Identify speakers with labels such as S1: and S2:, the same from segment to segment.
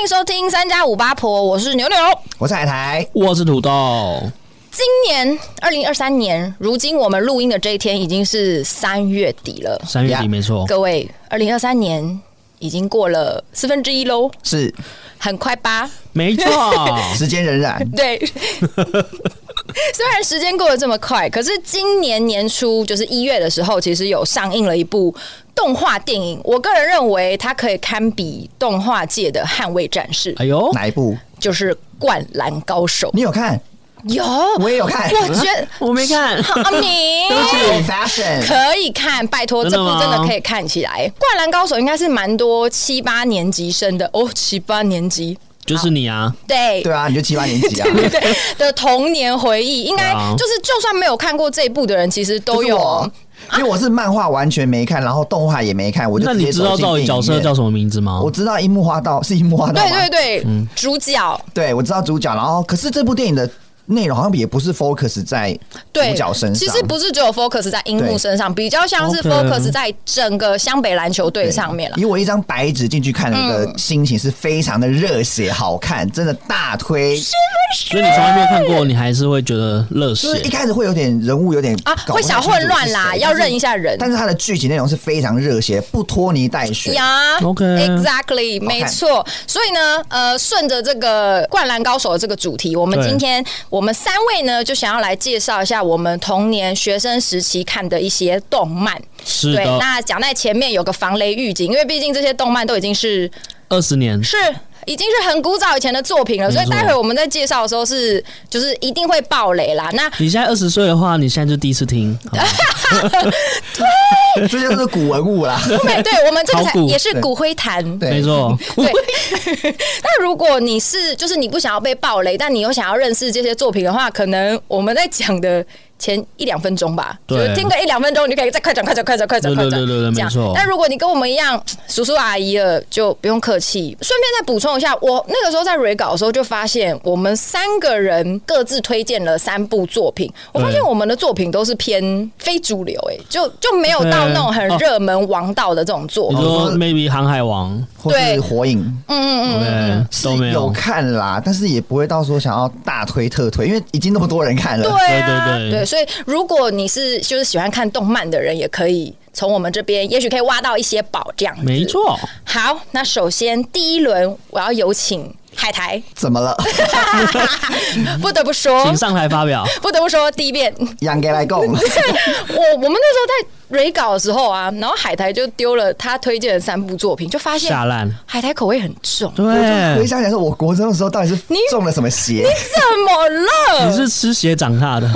S1: 迎收听三加五八婆，我是牛牛。
S2: 我是海苔，
S3: 我是土豆，
S1: 今年二零二三年，如今我们录音的这一天已经是三月底了。
S3: 三月
S2: Yeah
S3: 底没错，
S1: 各位，二零二三年已经过了四分之一喽，
S2: 是
S1: 很快吧？
S3: 没错，
S1: 啊
S2: 时间荏苒，
S1: 对。虽然时间过得这么快，可是今年年初就是一月的时候，其实有上映了一部动画电影。我个人认为，它可以堪比动画界的《捍卫战士》，
S3: 哎呦，
S2: 哪一部？
S1: 就是《灌篮高手
S2: 你有看？》。
S1: 有，
S2: 我也有看。
S1: 我觉得
S3: 我没看，
S1: 阿明。
S2: 很 fashion，
S1: 哦可以看，拜托，
S3: 真
S1: 这
S3: 的
S1: 部
S3: 吗
S1: 真的可以看起来。《灌篮高手》应该是蛮多七八年级生的哦，七八年级，
S3: 就是你啊，
S1: 对
S2: 对啊，你就七八年级啊。
S1: 对对的童年回忆，应该
S3: 对啊
S1: 就是就算没有看过这一部的人，其实都
S2: 就是我
S1: 有。哦
S2: 因为我是漫画完全没看，然后动画也没看，我就
S3: 那
S2: 直
S3: 你
S2: 接
S3: 知
S2: 走
S3: 道
S2: 进
S3: 到
S2: 电
S3: 底
S2: 影
S3: 角色
S2: 院
S3: 叫什么名字吗？
S2: 我知道樱木花道是樱木花道吗，
S1: 对
S2: 嗯
S1: 对对，主角
S2: 对我知道主角，然后可是这部电影的内容好像也不是 focus 在
S1: 对
S2: 主角身上，
S1: 其实不是只有 focus 在樱木
S2: 对哦
S1: 身上，比较像是
S3: OK
S1: focus 在整个湘北篮球队上面了。
S2: 以我一张白纸进去看了的心情是非常的热血，好看，真的大推。
S3: 所以你从来没有看过，你还是会觉得热血
S2: 就是一开始会有点人物有点
S1: 啊
S2: 搞不
S1: 会
S2: 太
S1: 小
S2: 清楚
S1: 混
S2: 是
S1: 乱啦
S2: 谁
S1: 要认
S2: 但是
S1: 一下人
S2: 但是它的剧情内容是非常热血，不拖泥带水。
S1: 呀
S3: OK
S1: exactly，没错。所以呢，呃，顺着这个《灌篮高手》的这个主题，我们
S3: 对
S1: 今天我们三位呢，就想要来介绍一下我们童年学生时期看的一些动漫。
S3: 是
S1: 对，
S3: 的，
S1: 那讲在前面有个防雷预警，因为毕竟这些动漫都已经是
S3: 二十年，
S1: 是。已经是很古早以前的作品了，
S3: 没
S1: 所
S3: 错
S1: 以待会我们在介绍的时候是就是一定会爆雷啦。那
S3: 你现在二十岁的话，你现在就第一次听，好吧
S2: 这就是古文物 啦。
S1: 后面对我们这个才
S3: 考古
S1: 也是骨灰坛，
S2: 对
S3: 没错，
S1: 对， 那如果你是就是你不想要被暴雷，但你又想要认识这些作品的话，可能我们在讲的前一两分钟吧，就
S3: 对
S1: 是听个一两分钟，你就可以再快转、快转、快转、快转、快
S3: 对
S1: 转，
S3: 对对对对
S1: 这样
S3: 没错
S1: 但如果你跟我们一样叔叔阿姨了，就不用客气。顺便再补充一下，我那个时候在 re 稿的时候就发现，我们三个人各自推荐了三部作品，我发现
S3: 对
S1: 我们的作品都是偏非主流、哎，就就没有到那种很
S3: 嗯哦
S1: 热门王道的这种作
S3: 你
S1: 品。
S3: 说 maybe 航海王，
S2: 或是
S1: 对
S2: 火影
S3: 嗯，都没
S2: 是有看啦，但是也不会到说想要大推特推，因为已经那么多人看了。
S1: 对啊，
S3: 对对对
S1: 所以如果你是就是喜欢看动漫的人，也可以从我们这边，也许可以挖到一些宝这样子。
S3: 没。错，
S1: 好，那首先第一轮，我要有请海 苔，
S2: 怎么了？
S1: 不得不说
S3: 请。上台发表，
S1: 不得不说，第一遍，
S2: 杨给来 供，
S1: 我我们那时候在 re 稿的时候啊，然后海苔就丢了他推荐的三部作品，就发现
S3: 下烂，
S1: 海苔口味很重，
S2: 回
S3: 对，
S2: 想起来说，我国中的时候到底是中了什么邪？
S1: 怎么了？
S3: 你是吃血长大的，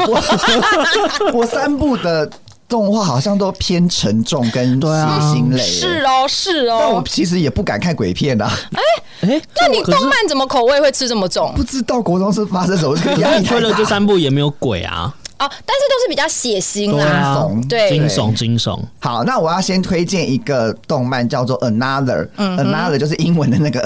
S2: 我三部的动画好像都偏沉重跟血
S3: 对啊
S2: 腥类。
S1: 是。哦，是
S2: 但
S1: 哦
S2: 我。其实也不敢看鬼片啊，
S3: 哎，
S1: 那你
S3: 可是
S1: 动漫怎么口味会吃这么重
S2: 不知道国中是发生什么 事，压
S3: 那
S2: 力太
S3: 推了这
S2: 大。
S3: 三部也没有鬼啊，
S1: 哦？但是都是比较血腥
S3: 对
S1: 啦，
S3: 啊
S2: 惊悚，
S1: 对
S3: 惊悚惊悚，
S2: 好，那我要先推荐一个动漫，叫做《Another》，Another 就是英文的那个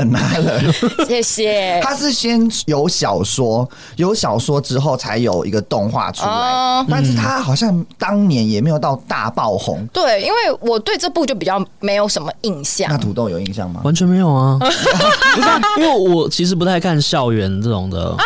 S2: Another。
S1: 谢谢。
S2: 它是先有小说，有小说之后才有一个动画出来，
S1: 哦
S2: 但是它好像当年也没有到大爆红。
S1: 对，因为我对这部就比较没有什么印象
S2: 那。土豆有印象吗？
S3: 完全没有啊，不是啊，因为我其实不太看校园这种
S1: 啊
S3: 的，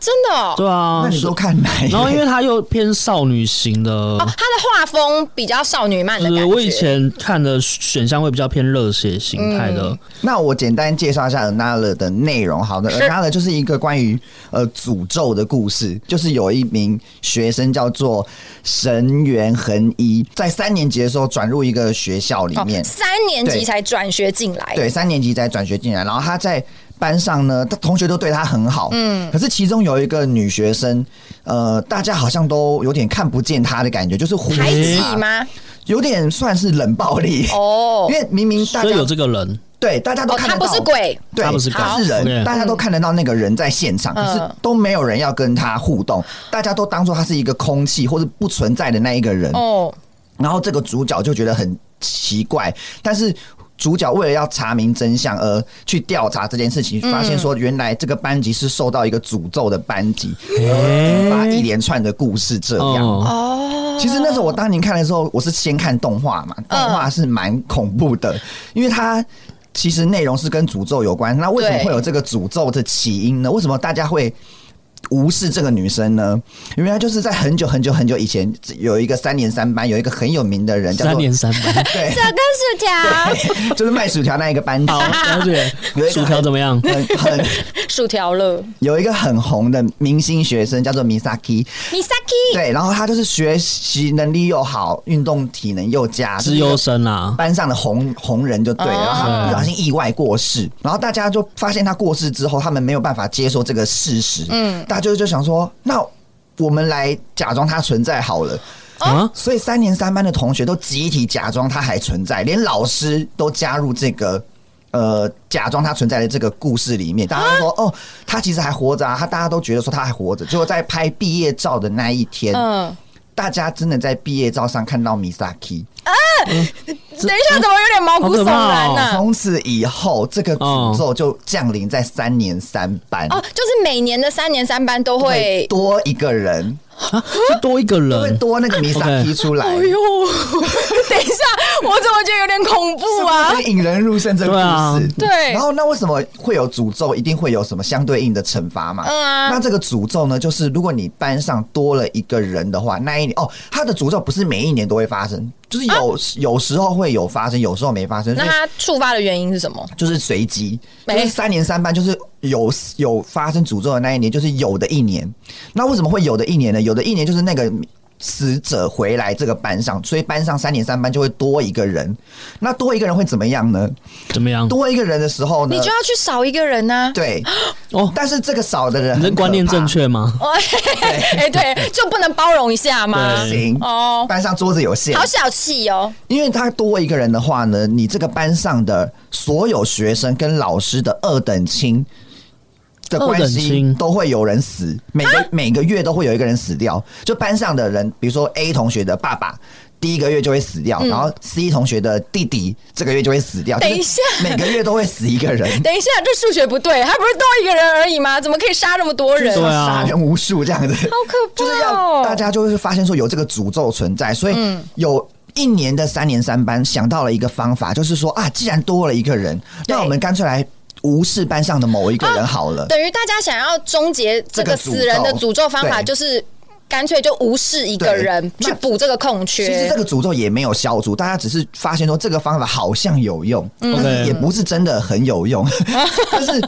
S1: 真的哦，
S3: 对啊
S2: 那，你都看哪一
S3: 然后因
S2: 个？
S3: 为它又偏少女型的
S1: 哦，它。
S2: 嗯
S1: 的画风比较少女漫的
S3: 就
S1: 感
S3: 是
S1: 觉。
S3: 我以前看的选项会比较偏热血形态的，
S2: 那我简单介绍一下《Another》的内容。好的，《
S1: 是
S2: Another》就是一个关于呃诅咒的故事，就是有一名学生叫做神原恒一，在三年级的时候转入一个学校里面
S1: 哦，，三年级
S2: 对
S1: 才转学进来。
S2: 哎对，三年级才转学进来，然后他在班上呢，他同学都对他很好，嗯，可是其中有一个女学生，呃，大家好像都有点看不见她的感觉，就是忽
S1: 排
S2: 视
S1: 挤
S2: 她，
S1: 吗？
S2: 有点算是冷暴力，
S1: 哦
S2: 因，为明明大
S3: 所
S2: 家
S3: 以有这个人，
S2: 对大家都
S1: 哦，
S2: 看
S1: 他
S2: 得
S1: 不
S2: 到，
S1: 是鬼，
S2: 对，
S3: 他不是鬼
S2: 他是人，
S3: OK
S2: 大家都看得到那个人在现场，
S1: 嗯
S2: 可是都没有人要跟他互动，大家都当做他是一个空气或者不存在的那一个人，
S1: 哦，
S2: 然后这个主角就觉得很奇怪，但是主角为了要查明真相而去调查这件事情，发现说原来这个班级是受到一个诅咒的班级，而引发一连串的故事这样。
S3: 嗯哦，
S2: 其实那时候我当年看的时候，我是先看动画嘛，动画是蛮恐怖的，因为它。其实内容是跟诅咒有关。那为什么
S1: 对
S2: 会有这个诅咒的起因呢？为什么大家会？无视这个女生呢？原来就是在很久很久很久以前，有一个三年三班，有一个很有名的人叫做
S3: 三年三班，
S2: 对，
S1: 这根薯条，
S2: 就是卖薯条那一个班级，
S3: 好了解
S2: 有一个。
S3: 薯条怎么样？
S2: 很很
S1: 薯条了
S2: 有一个很红的明星学生叫做 Misaki，
S1: ，Misaki，
S2: 对，然后他就是学习能力又好，运动体能又佳，
S3: 自优生啊，
S2: 班上的红红人就对了，
S1: 哦
S2: 然后他不小心意外过世，然后大家就发现他过世之后，他们没有办法接受这个事实，嗯，大家就就想说，那我们来假装他存在好了，
S3: 啊，
S2: 所以三年三班的同学都集体假装他还存在，连老师都加入这个。呃，假装他存在的这个故事里面，大家都说、
S1: 啊
S2: 哦，他其实还活着啊，他大家都觉得说他还活着。结果在拍毕业照的那一天，
S1: 嗯，
S2: 大家真的在毕业照上看到 Misaki，
S1: 等一下，怎么有点毛骨悚然啊呢、
S2: 从此以后，这个诅咒就降临在三年三班，
S1: 哦，就是每年的三年三班都
S2: 会
S1: 会，
S2: 多一个人，
S3: 啊是多一个
S1: 嗯
S2: 会
S3: 人，
S2: 多那个弥撒
S3: OK
S2: 踢出来，
S1: 哎呦，等一下，我怎么觉得有点恐怖啊？
S2: 很引人入胜这个
S3: 对啊
S2: 故事。
S1: 对
S2: 然后那为什么会有诅咒？一定会有什么相对应的惩罚嘛？
S1: 嗯啊
S2: 那这个诅咒呢，就是如果你班上多了一个人的话，那一年哦，他的诅咒不是每一年都会发生，就是有、有时候会有发生，有时候没发生。所
S1: 啊那
S2: 以
S1: 它触发的原因是什么？
S2: 就是随机，就
S1: 没
S2: 是三年三班，就是有有发生诅咒的那一年，就是有的一年。那为什么会有的一年呢？有的一年就是那个死者回来这个班上，所以班上三年三班就会多一个人。那多一个人会怎么样呢？
S3: 怎么样？
S2: 多一个人的时候呢
S1: 你就，要去少一个人啊呐、
S2: 对，
S3: 哦，
S2: 但是这个少的人很
S3: 你的
S2: 可
S3: 观念
S2: 怕
S3: 正。确吗？
S1: 哦， 哎、对，就不能包容一下吗？
S3: 对
S2: 行
S1: 哦，
S2: 班上桌子有限
S1: 好，小气哦，
S2: 因为他多一个人的话呢，你这个班上的所有学生跟老师的二等亲的关
S3: 二等
S2: 系
S3: 亲
S2: 都会有人死，每个、每个月都会有一个人死掉。就班上的人，比如说 A 同学的爸爸。第一个月就会死掉，然后 C 同学的弟弟这个月就会死掉。
S1: 嗯等一下
S2: 就是每个月都会死一个人，
S1: 等一下，这数学不对，他不是多一个人而已吗？怎么可以杀这么多人？
S3: 对啊
S2: 杀人无数这样子。
S1: 好可怕、哦！
S2: 就是要大家就是发现说有这个诅咒存在，所以
S1: 嗯
S2: 有一年的三年三班想到了一个方法，就是说啊，既然多了一个人，
S1: 对啊
S2: 那我们干脆来无视班上的某一个人好了。
S1: 等于大家想要终结这个死人的诅咒方法，
S2: 对
S1: 就是干脆就无视一个人
S2: 对
S1: 去补这个空
S2: 其实
S1: 缺
S2: 这。个诅咒也没有消除，大家只是发现说这个方法好像有用，
S1: 嗯
S2: 但是
S3: OK
S2: 也不是真的很有用。 但是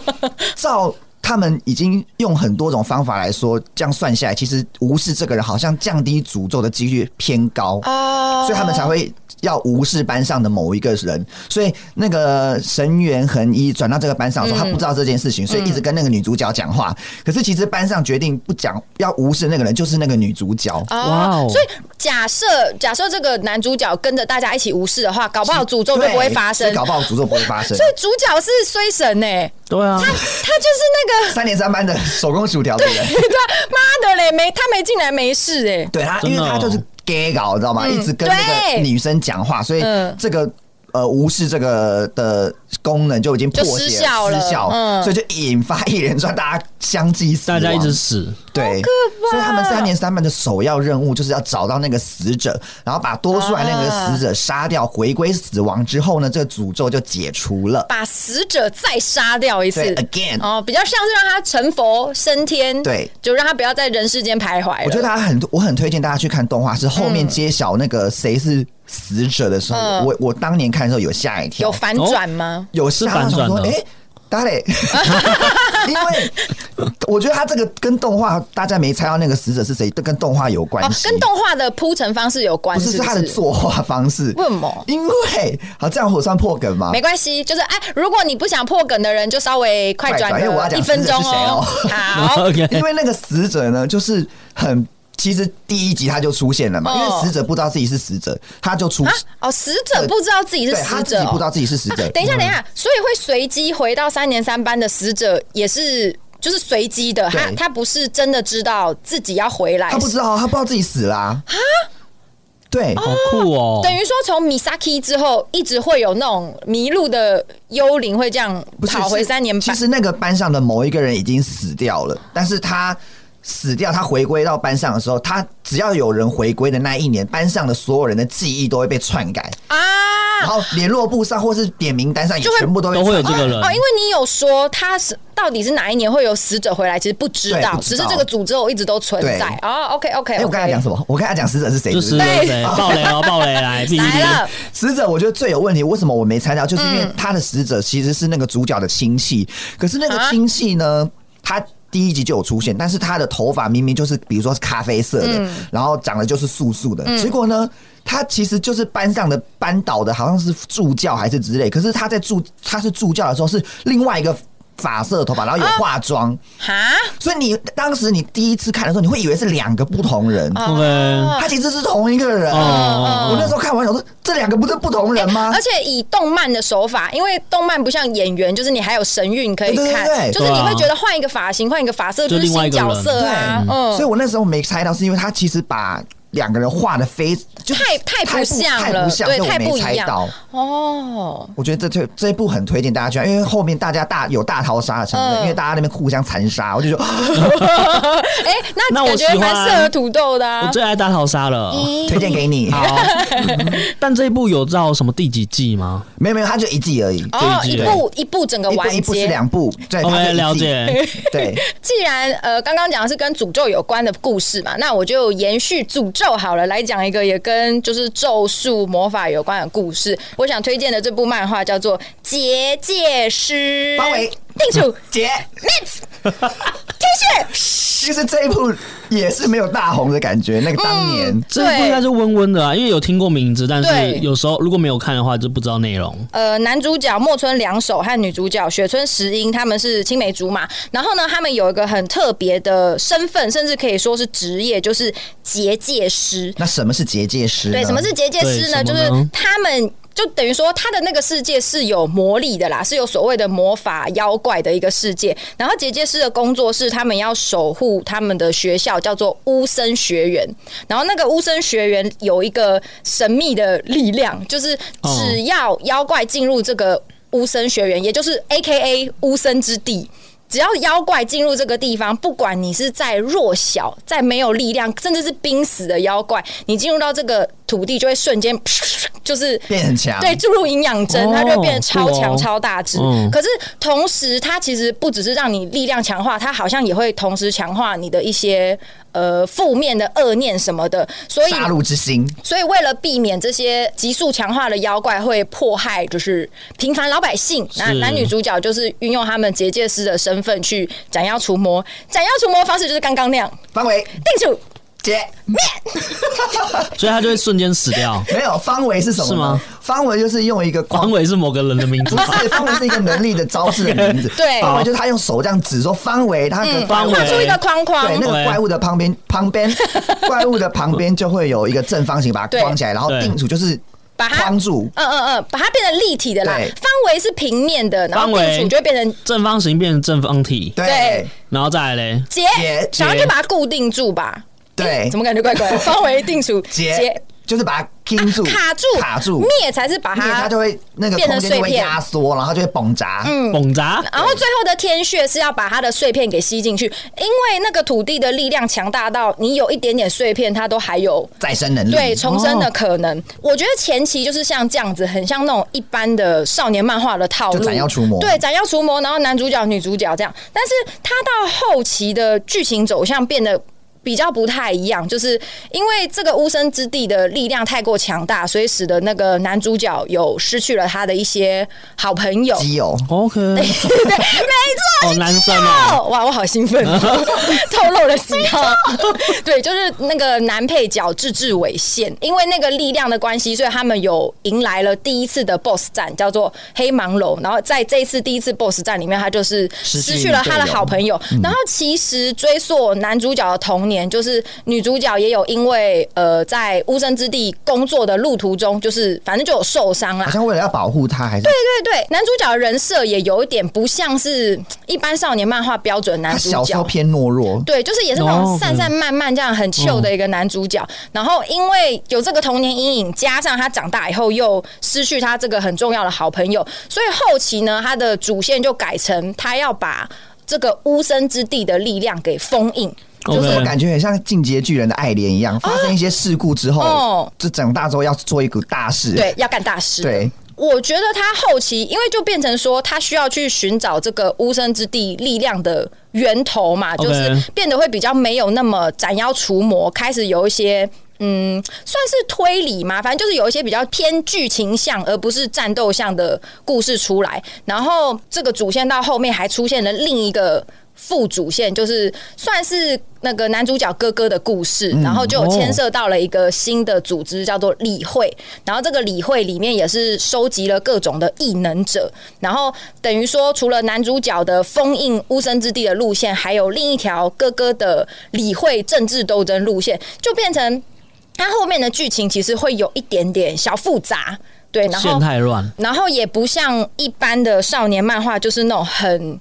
S2: 照他们已经用很多种方法来说，这样算下来，其实无视这个人好像降低诅咒的几率偏高
S1: 哦
S2: 所以他们才会要无视班上的某一个人。所以那个神原恒一转到这个班上的时
S1: 嗯
S2: 候，他不知道这件事情，所以一直跟那个女主角讲话。可是其实班上决定不讲，要无视那个人，就是那个女主角。
S3: 哇
S1: 哦
S3: 哦，
S1: 所以假设假设这个男主角跟着大家一起无视的话，搞不好诅咒就
S2: 对
S1: 不会发生
S2: 所以。搞不好诅咒不会发 生
S1: 所。以主角是衰神呢、欸
S3: 对啊，
S1: 他就是那个 啊
S2: 三年三班的手工薯条的人，
S1: 妈的嘞，没他没进来没事哎、
S2: 对他，因
S3: 真
S2: 为
S3: 的
S2: 他
S3: 哦
S2: 就是 gay 搞，你知道吗？
S1: 嗯
S2: 一直跟那个
S1: 对
S2: 女生讲话，所以
S1: 嗯
S2: 这个。呃，无视这个的功能就已经破
S1: 就失
S2: 解
S1: 效了
S2: 失效
S1: 嗯
S2: 所以就引发一连串大家相继死
S3: 大
S2: 亡，
S3: 家一直死，
S2: 对，所以他们三年三班的首要任务就是要找到那个死者，然后把多出来那个死者杀掉，回归死亡之后呢，这个诅咒就解除了。
S1: 把死者再杀掉一次
S2: 对，again
S1: 哦，比较像是让他成佛升天，
S2: 对，
S1: 就让他不要在人世间徘徊了。
S2: 我觉得大家很，我很推荐大家去看动画，是后面揭晓那个谁是死者的时候，
S1: 嗯
S2: 我我当年看的时候有吓一跳，
S1: 有反转吗？
S2: 有吓到想
S3: 是反
S2: 说，
S3: 转的
S2: 哎、大嘞，因为我觉得他这个跟动画大家没猜到那个死者是谁，这跟动画有关
S1: 哦，
S2: 系、
S1: 跟动画的铺陈方式有关，
S2: 不是
S1: 是
S2: 是
S1: 不
S2: 他的作画方式，
S1: 为什么
S2: 因为好这样我算破梗吗？
S1: 没关系，就是哎，如果你不想破梗的人，就稍微快转
S2: 快转因为我要
S1: 个
S2: 讲
S1: 一分钟
S2: 是谁哦
S1: 哦。好，
S3: OK，
S2: 因为那个死者呢，就是很。其实第一集他就出现了嘛，
S1: 哦
S2: 因为死者不知道自己是死者，他就出，
S1: 啊，哦，死者不知道自己是
S2: 对
S1: 死
S2: 他自
S1: 者
S2: 己不知
S1: 哦，
S2: 道自己是死者。 嗯
S1: 等一下，等一下，所以会随机回到三年三班的死者也是。就是随机的，他
S2: 对
S1: 他不是真的知道自己要回来，
S2: 他不知道，啊他不知道自己死啦。啊，对，
S3: 好酷哦，
S1: 等于说从 Misaki 之后，一直会有那种迷路的幽灵会这样
S2: 不是
S1: 跑回
S2: 是
S1: 三年
S2: 其
S1: 班。
S2: 实那个班上的某一个人已经死掉了，但是他死掉，他回归到班上的时候，他只要有人回归的那一年，班上的所有人的记忆都会被篡改。
S1: 啊，
S2: 然后联络簿上或是点名单上也
S1: 就会
S2: 全部都
S3: 都会有
S2: 查
S3: 这个人
S1: 哦，因为你有说他是到底是哪一年会有死者回来，其实不知
S2: 对
S1: 道，
S2: 不知
S1: 只
S2: 道
S1: 是这个诅咒一直都存
S2: 对
S1: 在。哦，OK OK，
S2: 哎，我刚才讲什么？我刚才讲死者是谁？
S3: 就
S2: 对不
S3: 是
S2: 哎
S1: 对
S2: 对
S3: 谁爆雷哦，爆雷来，哔哔
S1: 来
S3: 哔
S1: 了，哦
S2: 死者，我觉得最有问题，为什么我没猜到？就是因
S1: 嗯
S2: 为他的死者其实是那个主角的亲戚，可是那个
S1: 啊
S2: 亲戚呢，他。第一集就有出现，但是他的头发明明就是，比如说是咖啡色的，
S1: 嗯
S2: 然后长得就是素素的。结果呢，他其实就是班上的班导的，好像是助教还是之类。可是他在助他是助教的时候是另外一个发色的头发，然后有
S1: 啊
S2: 化妆，
S1: 哈，
S2: 所以你当时你第一次看的时候，你会以为是两个不同人，
S1: 啊
S3: ，OK，
S2: 他其实是同一个人。
S3: 哦
S2: 我那时候看完，想说这两个不是不同人吗？
S1: 而且以动漫的手法，因为动漫不像演员，就是你还有神韵可以
S2: 对对
S1: 看，
S2: 对对
S1: 就是你
S3: 对啊
S1: 会觉得换一个发型，换一个发色
S3: 就是另外
S1: 新
S3: 一个
S1: 角
S3: 人
S1: 色啊，嗯，
S2: 所以我那时候没猜到，是因为他其实把两个人画的非就
S1: 太太不像
S2: 太
S1: 了
S2: 不像，
S1: 对
S2: 所以我
S1: 太不
S2: 没
S1: 一
S2: 猜
S1: 样
S2: 到。
S1: 哦，
S2: 我觉得这推这一部很推荐大家去看，因为后面大家大有大逃杀的成分，
S1: 嗯
S2: 因为大家那边互相残杀， 我就觉得
S1: 哎、那
S3: 那我
S1: 感觉
S3: 喜欢
S1: 蛮适合土豆的、
S3: 我
S1: 啊。
S3: 最爱大逃杀了。
S2: 推荐给你。
S3: 好， 但这一部有到什么第几季吗？
S2: 没有没有，他就一季而已，一
S1: 哦，
S3: 这一
S1: 一
S3: 季
S1: 部一部整个
S2: 部
S1: 完
S2: 一部是
S1: 结。
S2: 两部，对，
S3: OK，
S2: 它就一季
S3: 了解。
S2: 对，
S1: 既然呃，刚刚讲的是跟诅咒有关的故事嘛，那我就延续诅咒好了，来讲一个也跟就是咒术魔法有关的故事。我想推荐的这部漫画叫做《结界师》，
S2: 八尾
S1: 定主
S2: 姐，
S1: T 恤，
S2: 其实这一部也是没有大红的感觉，那个当
S1: 嗯
S2: 年。
S3: 这一部应该是温温的啊，因为有听过名字，但是
S1: 对
S3: 有时候如果没有看的话，就不知道内容。
S1: 呃，男主角墨村良守和女主角雪村石英他们是青梅竹马，然后呢，他们有一个很特别的身份，甚至可以说是职业，就是结界师。
S2: 那什么是结界师呢？
S1: 对，什么是结界师呢？
S3: 啊对
S1: 就
S3: 什
S1: 是
S3: 么呢
S1: 他们。就等于说，他的那个世界是有魔力的啦，是有所谓的魔法妖怪的一个世界。然后结界师的工作是，他们要守护他们的学校，叫做巫生学园。然后那个巫生学园有一个神秘的力量，就是
S3: 哦
S1: 只要妖怪进入这个巫生学园，也就是 A K A 巫生之地，只要妖怪进入这个地方，不管你是在弱小、在没有力量，甚至是濒死的妖怪，你进入到这个土地就会瞬间， 就是
S2: 变很强？
S1: 对，注入营养针，
S3: 哦
S1: 它就会变得超
S3: 酷
S1: 强、
S3: 哦
S1: 超大只。
S3: 嗯
S1: 可是同时，它其实不只是让你力量强化，它好像也会同时强化你的一些呃负面的恶念什么的。所以
S2: 杀戮之心。
S1: 所以为了避免这些急速强化的妖怪会迫害，就是平凡老百姓，男男女主角就是运用他们结界师的身份去斩妖除魔。斩妖除魔的方式就是刚刚那样，
S2: 方维
S1: 定主
S2: 姐，
S3: 所以他就会瞬间死掉。
S2: 没有方维是什么？
S3: 是吗？
S2: 方维就是用一个光
S3: 黄伟是某个人的名字
S2: 不，是，方维是一个能力的招式的名字。
S1: 对嗯
S2: 方维就是他用手这样指说方维，他的怪物
S3: 方
S1: 画出一个框框，
S2: 对那个怪物的旁边，旁边怪物的旁边就会有一个正方形把它
S1: 对
S2: 框起来，然后
S3: 对
S2: 定住就是
S1: 把它
S2: 框住。
S1: 嗯嗯嗯，把它变成立体的啦。
S2: 对
S1: 方围是平面的，然后
S3: 方围
S1: 定主就会变成
S3: 正方形变成正方体，
S2: 对
S1: 对
S3: 然后再来嘞，
S1: 结
S2: 结，
S1: 然后就把它固定住吧。
S2: 对
S1: 怎，么感觉怪 怪的？方围定主
S2: 结就是把它钉住、
S1: 卡住，
S2: 卡住，
S1: 灭才是把
S2: 因为它
S1: 它
S2: 就会那个
S1: 变
S2: 空
S1: 成
S2: 间就会
S1: 碎片嗯
S2: 压缩，然后就会崩炸。
S3: 蹦砸，
S1: 然后最后的天穴是要把它的碎片给吸进去，因为那个土地的力量强大到你有一点点碎片，它都还有
S2: 再生能力。
S1: 对重生的可能。我觉得前期就是像这样子，很像那种一般的少年漫画的套路，
S2: 就斩妖除魔
S1: 对，斩妖除魔，然后男主角、女主角这样。但是它到后期的剧情走向变得。比较不太一样，就是因为这个无声之地的力量太过强大，所以使得那个男主角有失去了他的一些好朋友，
S2: 基友
S3: OK，
S1: 对，没错，
S3: 哦，男生哦，
S1: 哦，哇，我好兴 奋，透露了喜好。对，就是那个男配角志志伟宪，因为那个力量的关系，所以他们有迎来了第一次的 BOSS 战，叫做黑芒楼。然后在这一次第一次 BOSS 战里面，他就是
S2: 失去
S1: 失去了他的好朋友。嗯然后其实追溯男主角的童年，就是女主角也有因为呃在乌生之地工作的路途中，就是反正就有受伤啦
S2: 好。像为了要保护他，还是
S1: 啊对对对，男主角的人设也有一点不像是嗯一般少年漫画标准男
S2: 他
S1: 主
S2: 小时候
S1: 角。
S2: 偏懦弱。
S1: 对，就是也是那
S3: 哦
S1: 种散散漫漫这样很秀的一个男主角，然后因为有这个童年阴影，加上他长大以后又失去他这个很重要的好朋友，所以后期呢，他的主线就改成他要把这个巫生之地的力量给封印，
S2: 就是
S3: OK
S2: 我感觉很像《进阶巨人》的爱莲一样，发生一些事故之后
S1: 啊哦，
S2: 就长大之后要做一股大事。
S1: 对，要干大事。
S2: 对，
S1: 我觉得他后期，因为就变成说，他需要去寻找这个无声之地力量的源头嘛，
S3: OK
S1: 就是变得会比较没有那么斩妖除魔，开始有一些。嗯，算是推理嘛，反正就是有一些比较偏剧情向，而不是战斗向的故事出来。然后这个主线到后面还出现了另一个副主线，就是算是那个男主角哥哥的故事，然后就有牵涉到了一个新的组织，叫做理会。然后这个理会里面也是收集了各种的异能者，然后等于说除了男主角的封印乌森之地的路线，还有另一条哥哥的理会政治斗争路线，就变成它后面的剧情其实会有一点点小复杂。对，然后
S3: 线太乱，
S1: 然后也不像一般的少年漫画，就是那种很。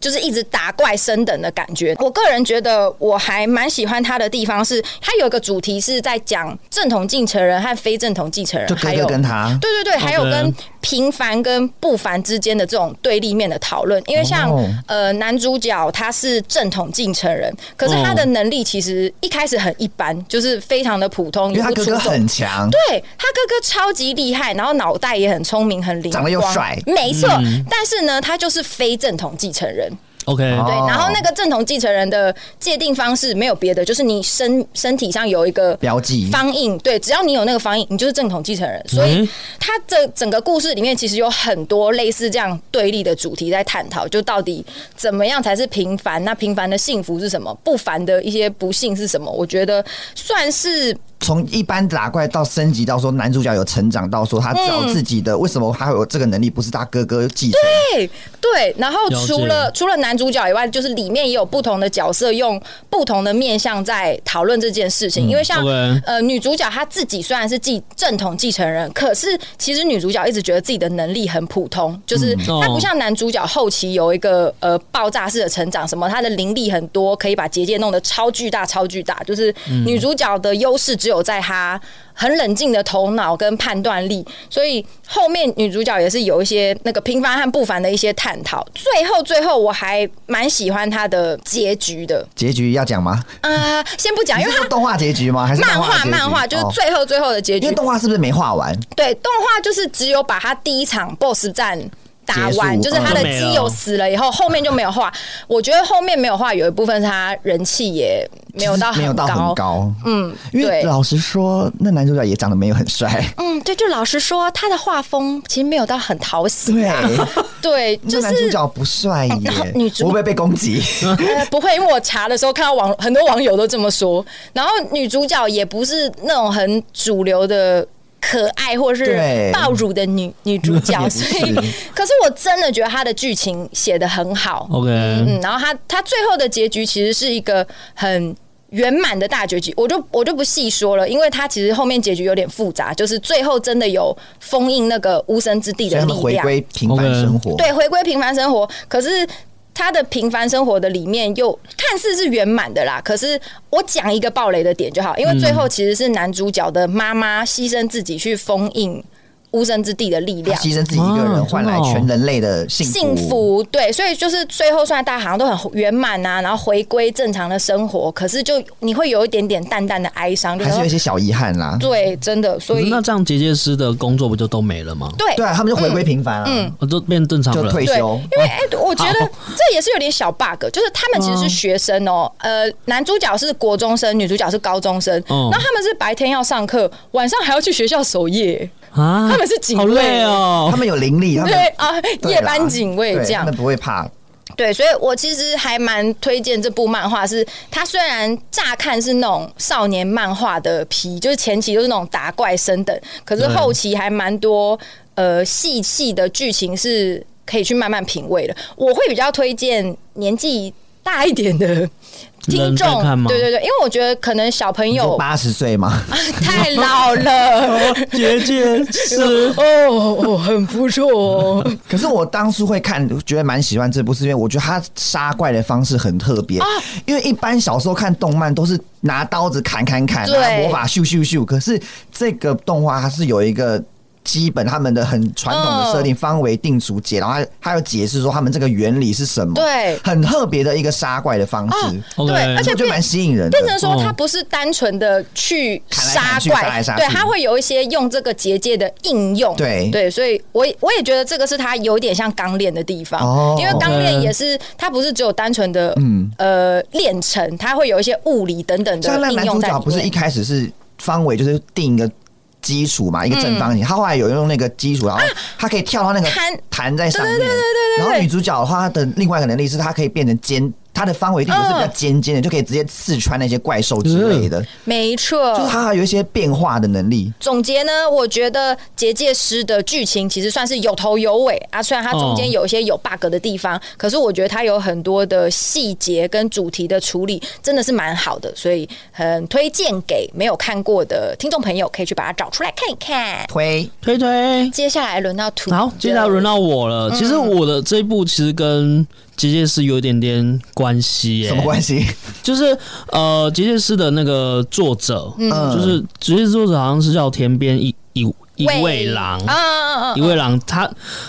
S1: 就是一直打怪升等的感觉。我个人觉得我还蛮喜欢他的地方是，他有一个主题是在讲正统继承人和非正统继承
S2: 就
S1: 人，
S2: 哥
S1: 还有
S2: 哥跟他，
S1: 对对对，还有跟平凡跟不凡之间的这种对立面的讨论。因为像、
S2: 哦
S1: 呃男主角他是正统继承人，可是
S2: 哦
S1: 他的能力其实一开始很一般，就是非常的普通，
S2: 因为
S1: 也
S2: 他
S1: 不
S2: 哥
S1: 出
S2: 哥
S1: 众。
S2: 很强，
S1: 对他哥哥超级厉害，然后脑袋也很聪明，很灵光，
S2: 长得又帅嗯
S1: 没错。但是呢，他就是非正统继承人。
S3: OK，
S2: 哦
S1: 对，然后那个正统继承人的界定方式没有别的，就是你身身体上有一个
S2: 标记
S1: 方印，对，只要你有那个方印，你就是正统继承人。所以
S3: 嗯
S1: 他这整个故事里面其实有很多类似这样对立的主题在探讨，就到底怎么样才是平凡？那平凡的幸福是什么？不凡的一些不幸是什么？我觉得算是
S2: 从一般打怪到升级到说男主角有成长到说他找自己的、为什么他会有这个能力，不是他哥哥继
S1: 嗯
S2: 承？
S1: 对对，然后
S3: 了
S1: 除
S3: 解
S1: 了除了男主角以外，就是里面也有不同的角色用不同的面向在讨论这件事
S3: 嗯
S1: 情。因为像
S3: OK
S1: 呃女主角她自己虽然是继正统继承人，可是其实女主角一直觉得自己的能力很普通，就是她
S3: 哦
S1: 不像男主角后期有一个呃爆炸式的成长，什么她的灵力很多，可以把结界弄得超巨大、超巨大。就是女主角的优势只有在她很冷静的头脑跟判断力，所以后面女主角也是有一些那个平凡和不凡的一些探讨。最后，最后我还蛮喜欢她的结局的。
S2: 结局要讲吗？
S1: 呃，先不讲，因
S2: 你
S1: 为
S2: 是
S1: 她
S2: 说动画结局吗？还是
S1: 漫
S2: 画
S1: 画
S2: 结局？
S1: 漫画就是
S2: 哦
S1: 最后最后的结局
S2: 因为，动画是不是没画完？
S1: 对，动画就是只有把他第一场 BOSS 战。打
S2: 结
S1: 完
S2: 束嗯
S1: 就是他的基友死了以后，后面就没有画。我觉得后面没有画有一部分是他人气也没有到
S2: 没有
S1: 很
S2: 到
S1: 高
S2: 很，高，
S1: 嗯，
S2: 因为
S1: 对，
S2: 老实说，那男主角也长得没有 很帅。
S1: 嗯，对，就老实说，他的画风其实没有到很讨喜，
S2: 对，
S1: 对，就
S2: 那男主
S1: 是哦
S2: 角不帅耶
S1: 然后，女主
S2: 我会不会被攻击？
S1: 呃不会，因为我查的时候看到网很多网友都这么说，然后女主角也不是那种很主流的可爱或是
S2: 对
S1: 爆乳的女女主角，
S2: 也不
S1: 所以
S2: 是
S1: 可是我真的觉得她的剧情写的很好，
S2: 哦
S3: OK，
S1: 嗯，然后他他最后的结局其实是一个很圆满的大结局，我就我就不细说了，因为他其实后面结局有点复杂，就是最后真的有封印那个无声之地
S2: 所
S1: 的
S2: 以他们
S1: 力
S2: 回
S1: 量，
S2: 归平凡
S3: OK
S2: 生活。
S1: 对，回归平凡生活，可是。他的平凡生活的里面又看似是圆满的啦，可是我讲一个暴雷的点就好，因为最
S2: 嗯
S1: 后其实是男主角的妈妈牺牲自己去封印无声之地的力
S2: 他
S1: 量，
S2: 牺牲自己一个人换来全人类的幸福。
S1: 幸福，对，所以就是最后虽然大家好像都很圆满啊，然后回归正常的生活，可是就你会有一点点淡淡的哀伤，就
S2: 还
S1: 是
S2: 是有
S1: 说
S2: 一些嗯小遗憾啦。
S1: 对，真的，所以
S3: 那这样结界师的工作不就都没了吗？
S1: 对
S2: 对啊，他们就回归平凡
S1: 嗯
S2: 啊，
S3: 我都变正常
S2: 就
S3: 人，
S2: 退
S1: 对，
S2: 休。
S1: 因为哎、我觉得这也是有点小 bug，就是他们其实是学生哦、呃，男主角是国中生，女主角是高中生，
S3: 嗯
S1: 然后他们是白天要上课，晚上还要去学校守夜，
S3: 啊，
S1: 他们是警卫
S3: 好累
S2: 他
S3: 哦。
S2: 们有灵力，他 们
S1: 对啊，
S2: 对啦
S1: 夜班警卫
S2: 对
S1: 这样
S2: 他们。不会怕。
S1: 对，所以我其实还蛮推荐这部漫画，是它虽然乍看是那种少年漫画的皮，就是前期就是那种打怪升等，可是
S3: 对
S1: 后期还蛮多呃细细的剧情是可以去慢慢品味的。我会比较推荐年纪大一点的听
S3: 人在看
S1: 众，
S3: 吗
S1: 对对对，因为我觉得可能小朋友
S2: 八十岁嘛，
S1: 太老 了，
S3: 结界师
S1: 哦哦，很不错 哦。
S2: 可是我当初会看，觉得蛮喜欢这部，是因为我觉得他杀怪的方式很特
S1: 啊
S2: 别。因为一般小时候看动漫都是拿刀子砍砍砍，
S1: 对
S2: 拿魔法咻咻咻，可是这个动画它是有一个。基本他们的很传统的
S1: 嗯
S2: 设定，方为定俗解，然后还还有解释说他们这个原理是什么，
S1: 对
S2: 很特别的一个杀怪的方式，
S1: 哦
S3: OK
S1: 对，而且
S2: 我觉得蛮
S1: 变
S2: 吸引人的
S1: 变。成说，
S3: 嗯
S1: 他不是单纯的去
S2: 砍来哦砍
S1: 杀
S2: 去杀
S1: 怪
S2: 来杀，去
S1: 对，他会有一些用这个结界的应用，
S2: 对
S1: 对，所以我也我也觉得这个是他有点像钢炼的地方
S2: 哦，嗯
S1: 因为钢炼也是它不是只有单纯的呃炼成，它会有一些物理等等
S2: 像那
S1: 的应
S2: 男
S1: 用
S2: 主
S1: 在
S2: 角
S1: 里
S2: 不是一
S1: 面。
S2: 开始是方伟，就是定一个基础嘛，一个正方形。他后来有用那个基础，然后他可以跳到那
S1: 嗯
S2: 个
S1: 啊弹
S2: 弹在上面。
S1: 对对对对对对
S2: 然后女主角的话，她的另外一个能力是她可以变成尖，她的方位地图是比较尖尖的，就可以直接刺穿那些怪兽之类
S1: 嗯
S2: 的。
S1: 没错，
S2: 就是她还有一些变化的能力。
S1: 总结呢，我觉得《结界师》的剧情其实算是有头有尾啊，虽然它中间有一些有 bug 的地方，可是我觉得它有很多的细节跟主题的处理真的是蛮好的，所以很推荐给没有看过的听众朋友，可以去把它找出来看一看。
S2: 推
S3: 推推。
S1: 接下来轮到图，
S3: 好，接下来轮到我
S2: 嗯
S3: 了。其实我的这一部其实跟《结界师》有一点点关系耶、
S2: 什么关系？
S3: 就是呃，《结界师》的那个作者，
S2: 嗯
S3: 就是《结界师》作者好像是叫田边一一一位郎，
S1: 啊啊啊啊
S3: 一！位郎，他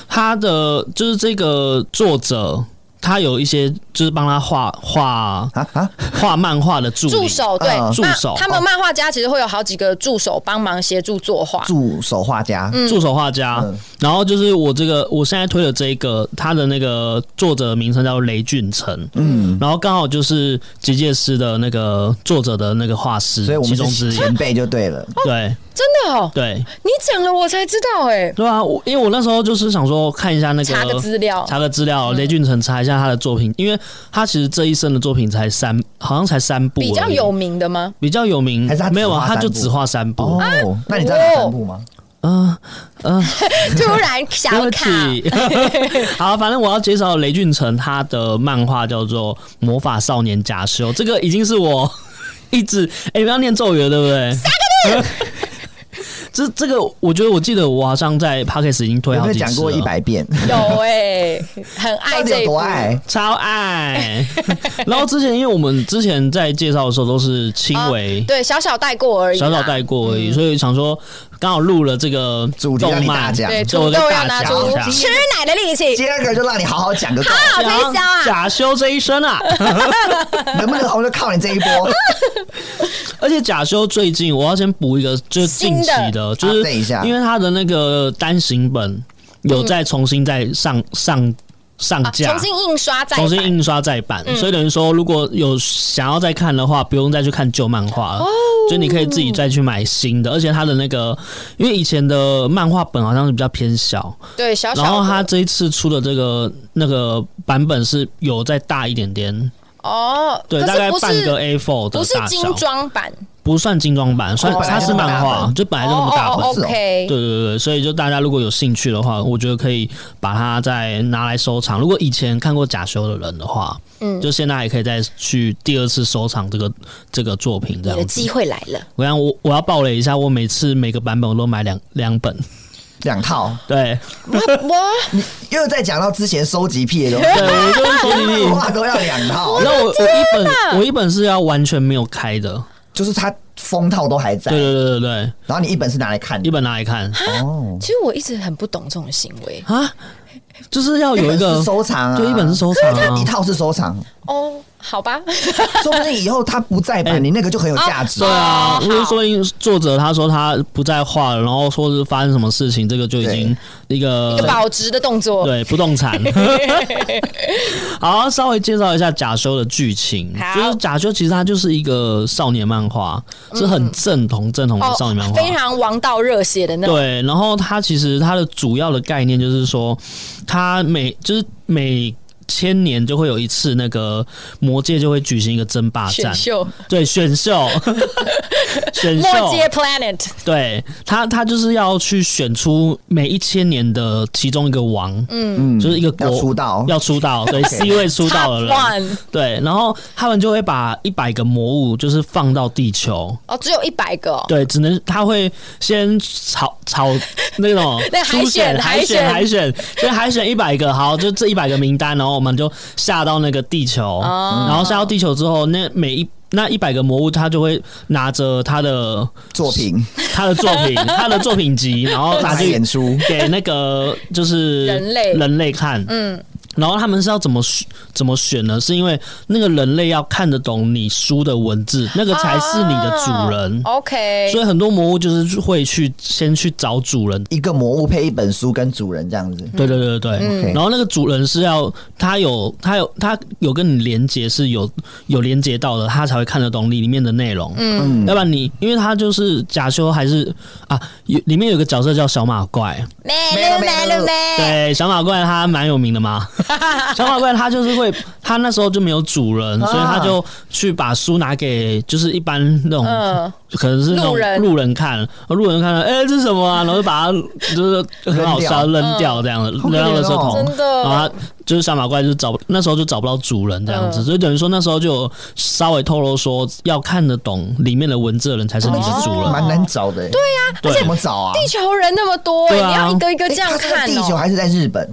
S3: 他的就是这个作者，他有一些就是帮他画画
S2: 啊啊！
S3: 画漫画的助理
S1: 啊助手对，
S2: 嗯
S3: 助
S1: 那
S3: 手
S1: 他们漫画家其实会有好几个助手帮忙协助作画，
S2: 助手画家，
S3: 助手画家，
S2: 嗯
S3: 然后就是我这个我现在推的这一个，他的那个作者的名称叫雷俊成，
S2: 嗯，
S3: 然后刚好就是《结界师》的那个作者的那个画师
S2: 所以我
S3: 其
S2: 们
S3: 中之
S2: 是
S3: 一，
S2: 前辈就对 了。
S3: 对
S1: 真的哦，
S3: 对
S1: 你讲了我才知道哎，
S3: 对啊，我因为我那时候就是想说看一下那个
S1: 查个资料，
S3: 查个资料，雷俊成查一下他的作品，因为他其实这一生的作品才三，好像才三部而已，
S1: 比较有名的吗？
S3: 比较有名，
S2: 还是他只
S3: 没有啊？
S2: 画
S3: 他
S2: 三
S3: 就
S2: 部
S3: 只画三部。
S2: 哦，那你知道哪三部吗？
S3: 嗯嗯，
S1: 突然
S3: 对
S1: 想
S3: 不
S1: 卡，
S3: 起。好，反正我要介绍雷俊成他的漫画叫做《魔法少年假修》，这个已经是我一直 哎，你们要念咒语了，对不对？ 这这个，我觉得我记得我好像在 p o d c a s t 已经推
S2: 有
S3: 好
S2: 没有
S3: 几次
S2: 讲过
S3: 了
S2: 一百遍？
S1: 有哎、很爱
S2: 到底
S1: 这一
S2: 有
S1: 部
S2: 多爱？
S3: 超 爱。然后之前，因为我们之前在介绍的时候都是轻
S1: 啊
S2: 哦
S3: 微、
S1: 对，小小带过而已啦，啊
S3: 小小带过而已，所以想说刚好录了这个
S2: 嗯主题让
S3: 动
S2: 你大
S3: 漫，
S2: 讲
S1: 对，
S3: 就
S1: 土
S3: 我在
S1: 豆要
S3: 大
S1: 拿
S3: 讲
S1: 出
S3: 一下
S1: 吃奶的力气，
S2: 第二个就让你好好 讲个够，
S1: 好推销啊！
S3: 假修这一生啊！
S2: 能不能红就靠你这一 波。
S3: 而且假修最近我要先补一个，就是近期
S1: 新
S3: 的，就是
S2: update 一下
S3: 因为他的那个单行本有再重新再上上上
S1: 啊
S3: 架
S1: 重。新印刷再版嗯
S3: 重新印刷再版，所以等于说，如果有想要再看的话，不用再去看旧漫画
S1: 哦
S3: 了，就你可以自己再去买新的。而且它的那个，因为以前的漫画本好像是比较偏小，
S1: 对小小
S3: 然
S1: 的，
S3: 后它这一次出的这个那个版本是有再大一点点，
S1: 哦，
S3: 对，
S1: 可
S3: 大
S1: 是
S3: 概
S1: 不
S3: 半个
S1: 是
S3: A4 的
S1: 不是
S3: 大
S1: 精
S3: 小，
S1: 装版，
S3: 不算精装版，算
S2: 哦本来
S3: 它
S2: 就是那么
S3: 漫
S2: 大
S3: 画，
S2: 本
S3: 就本来就那
S1: 哦
S3: 么大
S1: 哦
S3: 本。
S2: 是哦
S1: ，OK，
S3: 对对对，所以就大家如果有兴趣的话，我觉得可以把它再拿来收藏。如果以前看过假修的人的话，嗯，就现在还可以再去第二次收藏这个这个作品这
S1: 你的
S3: 样
S1: 机
S3: 子。
S1: 会来 了，
S3: 我想我我要爆雷一下，我每次每个版本我都买两两本，
S2: 两套，
S3: 对
S1: 哇，
S2: 又再讲到之前收集癖的东西
S3: 对，我就是说你， 你
S2: 话都要两套，
S3: 知道我我一本我一本是要完全没有开的，
S2: 就是它封套都还在
S3: 对，对对对对，
S2: 然后你一本是拿来看
S3: 一
S2: 的
S3: 本拿来看
S2: 哦，
S1: 其实我一直很不懂这种行为
S3: 啊，就是 要有一
S2: 本
S3: 个
S2: 是收藏啊，
S3: 就一本是收藏啊
S2: 一套是收藏，
S1: 哦，好吧，
S2: 说不定以后它不再
S3: 哎
S2: 版，你那个就很有价值
S3: 对。啊，
S1: 哦
S3: 因为说明作者他说他不再画了，然后说是发生什么事情，这个就已经一个
S1: 一个保值的动作，
S3: 对不 动产。 好，稍微介绍一下假修的剧情。
S1: 好
S3: 就是假修其实它就是一个少年漫画，是很正统正统的少年漫
S1: 嗯哦，
S3: 画。
S1: 非常王道热血的那种，
S3: 对，然后它其实它的主要的概念就是说，它每就是每千年就会有一次那个魔界就会举行一个争霸
S1: 选
S3: 战，
S1: 秀，
S3: 对选秀， 选秀
S1: 末界 Planet，
S3: 对他，他就是要去选出每一千年的其中一个王，
S2: 嗯
S3: 就是一个
S2: 要
S3: 国
S2: 出道，
S3: 要出道， 对 C 位出道 的
S1: Top
S3: 人，
S1: One。
S3: 对，然后他们就会把一百个魔物就是放到地球，
S1: 哦，只有一百个、哦。
S3: 对，只能他会先炒炒那种
S1: 那海
S3: 初
S1: 选
S3: 海
S1: 海选
S3: 海选，就海选一百个，好，
S1: 哦
S3: 就这一百个名单，然后我们就下到那个地球，然后下到地球之后，那每一那一百个魔物，他就会拿着他的
S2: 作品
S3: 他的作 品他的作品集，然后拿
S2: 拿去
S3: 去
S2: 演出，
S3: 给那个就是
S1: 人类
S3: 人类看，
S1: 嗯，
S3: 然后他们是要怎么选怎么选呢？是因为那个人类要看得懂你书的文字，那个才是你的主人。
S1: 啊 OK，
S3: 所以很多魔物就是会去先去找主人，
S2: 一个魔物配一本书跟主人这样子。
S1: 嗯
S3: 对对对对，
S2: OK
S3: 然后那个主人是要他有他有他有跟你连接是有有连接到的，他才会看得懂里面的内容。嗯，要不然你因为他就是假修还是啊，有里面有个角色叫小马怪，
S1: 美了美了美，
S3: 对，小马怪他蛮有名 的嘛。小马怪他就是会，他那时候就没有主人，
S1: 啊
S3: 所以他就去把书拿给就是一般那种
S1: 嗯，
S3: 可能是那种
S1: 路人
S3: 路人看，路人看了，哎、这是什么啊？然后就把它就是很好笑扔掉这样子，
S2: 好
S3: 扔
S2: 可怜哦
S3: 到垃圾桶。
S1: 真的
S3: 然后它就是小马怪，就找那时候就找不到主人这样子，
S1: 嗯
S3: 所以等于说那时候就有稍微透露说，要看得懂里面的文字的人才是你的主人。
S2: 蛮难找的、欸。对呀、
S3: 对而且
S2: 怎么找啊？
S1: 地球人那么多，欸你
S3: 对啊
S1: 要一个一个这样
S2: 欸它
S1: 看
S2: 这个地球
S1: 哦。
S2: 还是在日本？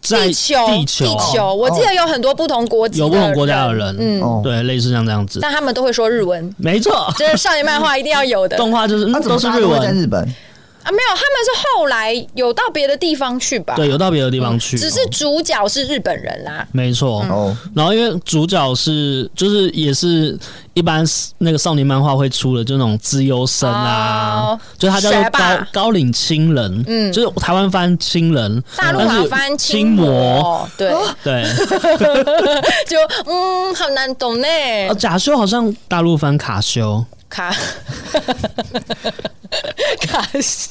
S3: 在
S1: 地球，
S3: 地球哦
S1: 我记得有很多不同国籍，
S3: 有不同国家的，人，
S2: 哦
S3: 对，类似像这样子，
S1: 但他们都会说日 文，
S3: 没错。
S1: 这是少年漫画一定要有的
S3: 动画就是、嗯
S2: 它怎么
S3: 都是
S2: 大
S3: 日
S2: 家会在
S3: 文，
S2: 日本？
S1: 啊。没有，他们是后来有到别的地方去吧？
S3: 对，有到别的地方去，
S1: 啊嗯
S3: 嗯
S1: 只是主角是日本人啦。
S3: 没错。
S2: 哦，
S3: 然后因为主角是就是也是一般那个少年漫画会出的，就那种资优生啊，
S1: 哦
S3: 就他叫做
S1: 学
S3: 高
S1: 霸
S3: 高岭亲人，
S1: 嗯
S3: 就是台湾翻亲人，
S1: 大陆
S3: 但
S1: 好
S3: 是
S1: 像翻
S3: 亲魔，啊
S1: 魔，对，
S3: 对，
S1: 就嗯，好难懂呢。
S3: 啊假修好像大陆翻卡修，
S1: 卡 卡是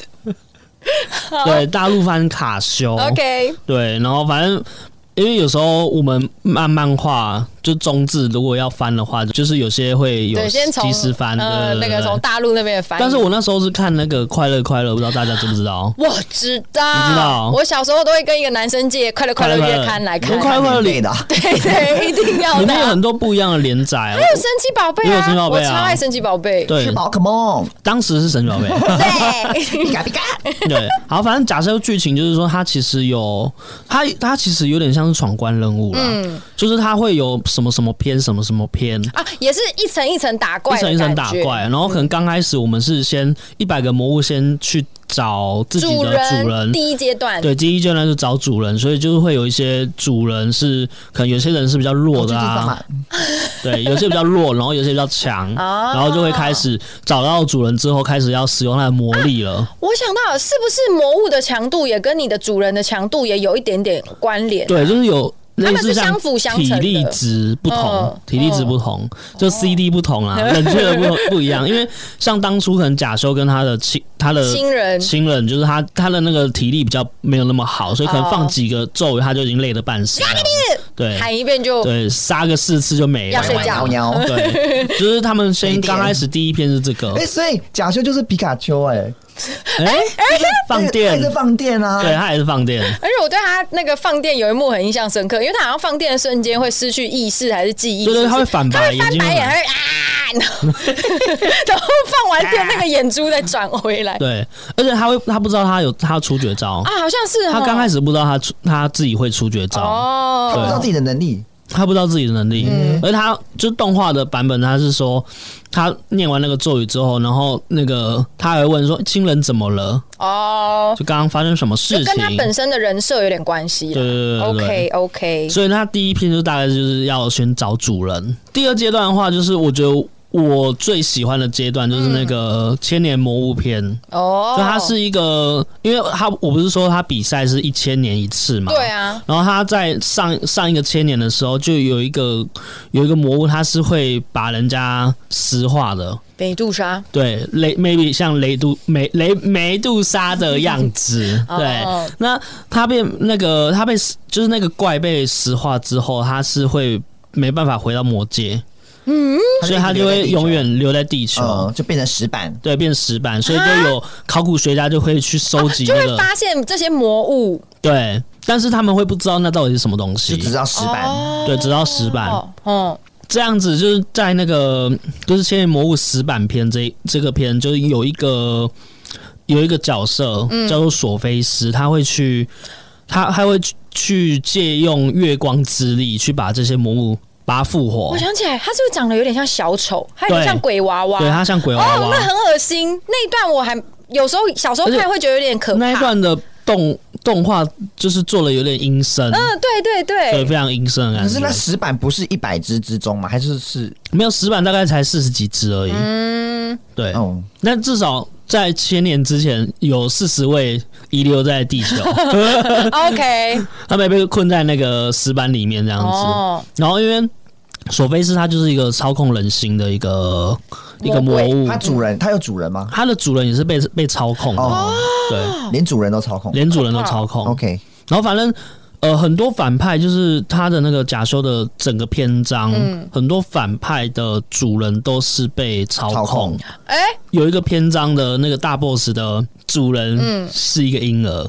S3: 对，大陆翻卡修
S1: OK，
S3: 对，然后反正。因为有时候我们漫漫画就中字，如果要翻的话，就是有些会有
S1: 对，先从
S3: 及时翻
S1: 呃
S3: 的
S1: 那个从大陆那边的翻译。
S3: 但是我那时候是看那个《快乐快乐》，不知道大家知不知道？
S1: 我知道，
S3: 你知道
S1: 我小时候都会跟一个男生借《快乐快乐月刊》来看，
S3: 快乐快乐
S2: 免
S3: 里
S2: 费的啊、
S1: 对对，一定要
S3: 里
S1: 的
S3: 面有
S1: 啊。
S3: 很多不一样的连载。
S1: 还有神奇宝贝
S3: 也有
S1: 啊，
S3: 神奇宝贝
S1: 我
S3: 啊
S1: 超爱神奇宝贝。
S3: 对
S2: 是，宝可梦，
S3: 当时是神奇宝贝。
S1: 对，
S2: 皮卡皮 卡，
S3: 对，好，反正假设剧情就是说，它其实有，它它其实有点像是闯关任务啦，就是它会有什么什么篇，什么什么篇。
S1: 啊，也是一层一层打怪，
S3: 一层一层打怪，。然后可能刚开始我们是先一百个魔物先去找自己
S1: 主
S3: 的主人
S1: 人，第一阶段，
S3: 对，第一阶段是找主人，所以就是会有一些主人是可能有些人是比较弱的啊，
S2: 哦
S3: 对，有些比较弱，然后有些比较强，
S1: 哦
S3: 然后就会开始找到主人之后，开始要使用它的魔 力了。
S1: 我想到了是不是魔物的强度也跟你的主人的强度也有一点点关联？
S3: 对，就是有
S1: 他
S3: 类
S1: 们
S3: 似
S1: 是
S3: 像
S1: 相辅相
S3: 体
S1: 成的
S3: 力值不同
S1: 嗯，
S3: 体力值不同，就 CD 不同
S1: 哦
S3: 啊，冷却的不同不一样。因为像当初可能假修跟他的亲他的
S1: 新人
S3: 亲人，就是他他的那个体力比较没有那么好，所以可能
S1: 哦
S3: 放几个咒语他就已经累得半死了。对
S1: 喊一遍就
S3: 对，杀个四次就没了。
S1: 要睡觉
S2: 喵喵。
S3: 对，就是他们
S2: 没
S3: 先
S2: 电
S3: 刚开始第一篇是这个
S2: 哎、，所以假修就是皮卡丘、哎，
S3: 哎、放
S2: 它
S3: 电
S2: 也，是放电啊，
S3: 对，它也是放电，
S1: 而且我对他那个放电有一幕很印象深刻，因为他好像放电的瞬间会失去意识还是记忆，
S3: 对对，
S1: 是不
S3: 它
S1: 是
S3: 会反
S1: 他
S3: 白，
S1: 会
S3: 眼
S1: 翻
S3: 睛
S1: 白
S3: 会
S1: 眼，
S3: 反
S1: 他
S3: 白。
S1: 会啊，然后然后放完电那个眼珠再转回来啊，
S3: 对，而且他会，他不知道他有他出绝招，
S1: 好像是
S3: 他刚开
S1: 始
S3: 始不知道他出他自己会出绝招，
S2: 它不知道
S1: 哦，
S2: 自己的能力，
S3: 他不知道自己的能力，而他就动画的版本，他是说他念完那个咒语之后，然后那个他还会问说亲人怎么了，
S1: 哦，
S3: 就刚刚发生什么事
S1: 就跟他
S3: 情。
S1: 本身的人设有点关系啊
S3: 对
S1: 啦。
S3: 对对对
S1: OK
S3: 对
S1: OK，
S3: 所以他第一篇就大概就是要先找主人。第二阶段的话，就是我觉得我最喜欢的阶段就是那个千年魔物篇，
S1: 嗯哦，
S3: 就它是一个，因为它我不是说它比赛是一千年一次嘛，
S1: 对。啊，
S3: 然后它在上上一个千年的时候，就有一个有一个魔物，它是会把人家石化的，
S1: 美杜莎
S3: 对雷 maybe 像雷杜梅雷梅杜莎的样子，
S1: 哦
S3: 对。那它被那个它被就是那个怪被石化之后，它是会没办法回到魔界，啊所以它就会永远留在地球。
S2: 嗯，就变成石板。
S3: 对，变石板，所以就有考古学家就会去收集
S1: 啊就
S3: 那
S1: 会
S3: 个，
S1: 发现这些魔物
S3: 对，但是他们会不知道那到底是什么东
S2: 就
S3: 西，
S2: 只知道石板，
S1: 哦
S3: 对，直到石板、
S1: 哦，嗯，
S3: 这样子，就是在那个就是《千年魔物》石板篇这一这个篇，就是有一个有一个角色
S1: 嗯
S3: 叫做索菲斯，他会去他他会去去借用月光之力去把这些魔物把他复活
S1: 我。想起来，他是不是长得有点像小丑，还有点
S3: 对
S1: 像鬼娃娃？
S3: 对他像鬼娃
S1: 哦，
S3: 娃
S1: 那，很恶心。那一段我还有时候小时候
S3: 而且
S1: 看会觉得有点可怕。
S3: 那一段的动动画就是做了有点阴森，
S1: 嗯，对对
S3: 对，
S1: 对，
S3: 非常阴森的
S2: 可
S3: 感
S2: 是那
S3: 觉。
S2: 石板不是一百只之中吗？还是是
S3: 没有石板大概才四十几只而已，
S1: 嗯，
S3: 对。
S2: 哦，
S3: 那至少在千年之前，有四十位遗留在地球，
S1: OK，
S3: 他们被困在那个石板里面这样子。
S1: 哦，
S3: 然后因为索菲斯他就是一个操控人心的一个一个魔物
S2: 它，主人它有主人吗？
S3: 它的主人也是被被操控的，
S2: 哦，
S3: 对，
S2: 连主人都操控。
S3: 连主人都操控。
S2: OK，
S3: 然后反正呃很多反派就是他的那个假修的整个篇章，很多反派的主人都是被操控。
S2: 操控
S1: 哎、
S3: 有一个篇章的那个大 boss 的主人是一个婴儿，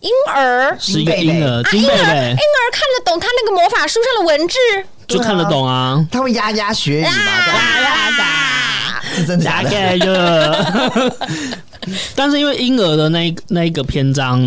S1: 婴儿，婴
S3: 是一个婴儿金贝贝，
S1: 儿看得懂他那个魔法书上的文字，
S3: 就看得懂啊。
S2: 它会牙牙学语吗？这样是真的假
S3: 大
S2: 的？
S3: 概就， 但是因为婴儿的那一那一个篇章，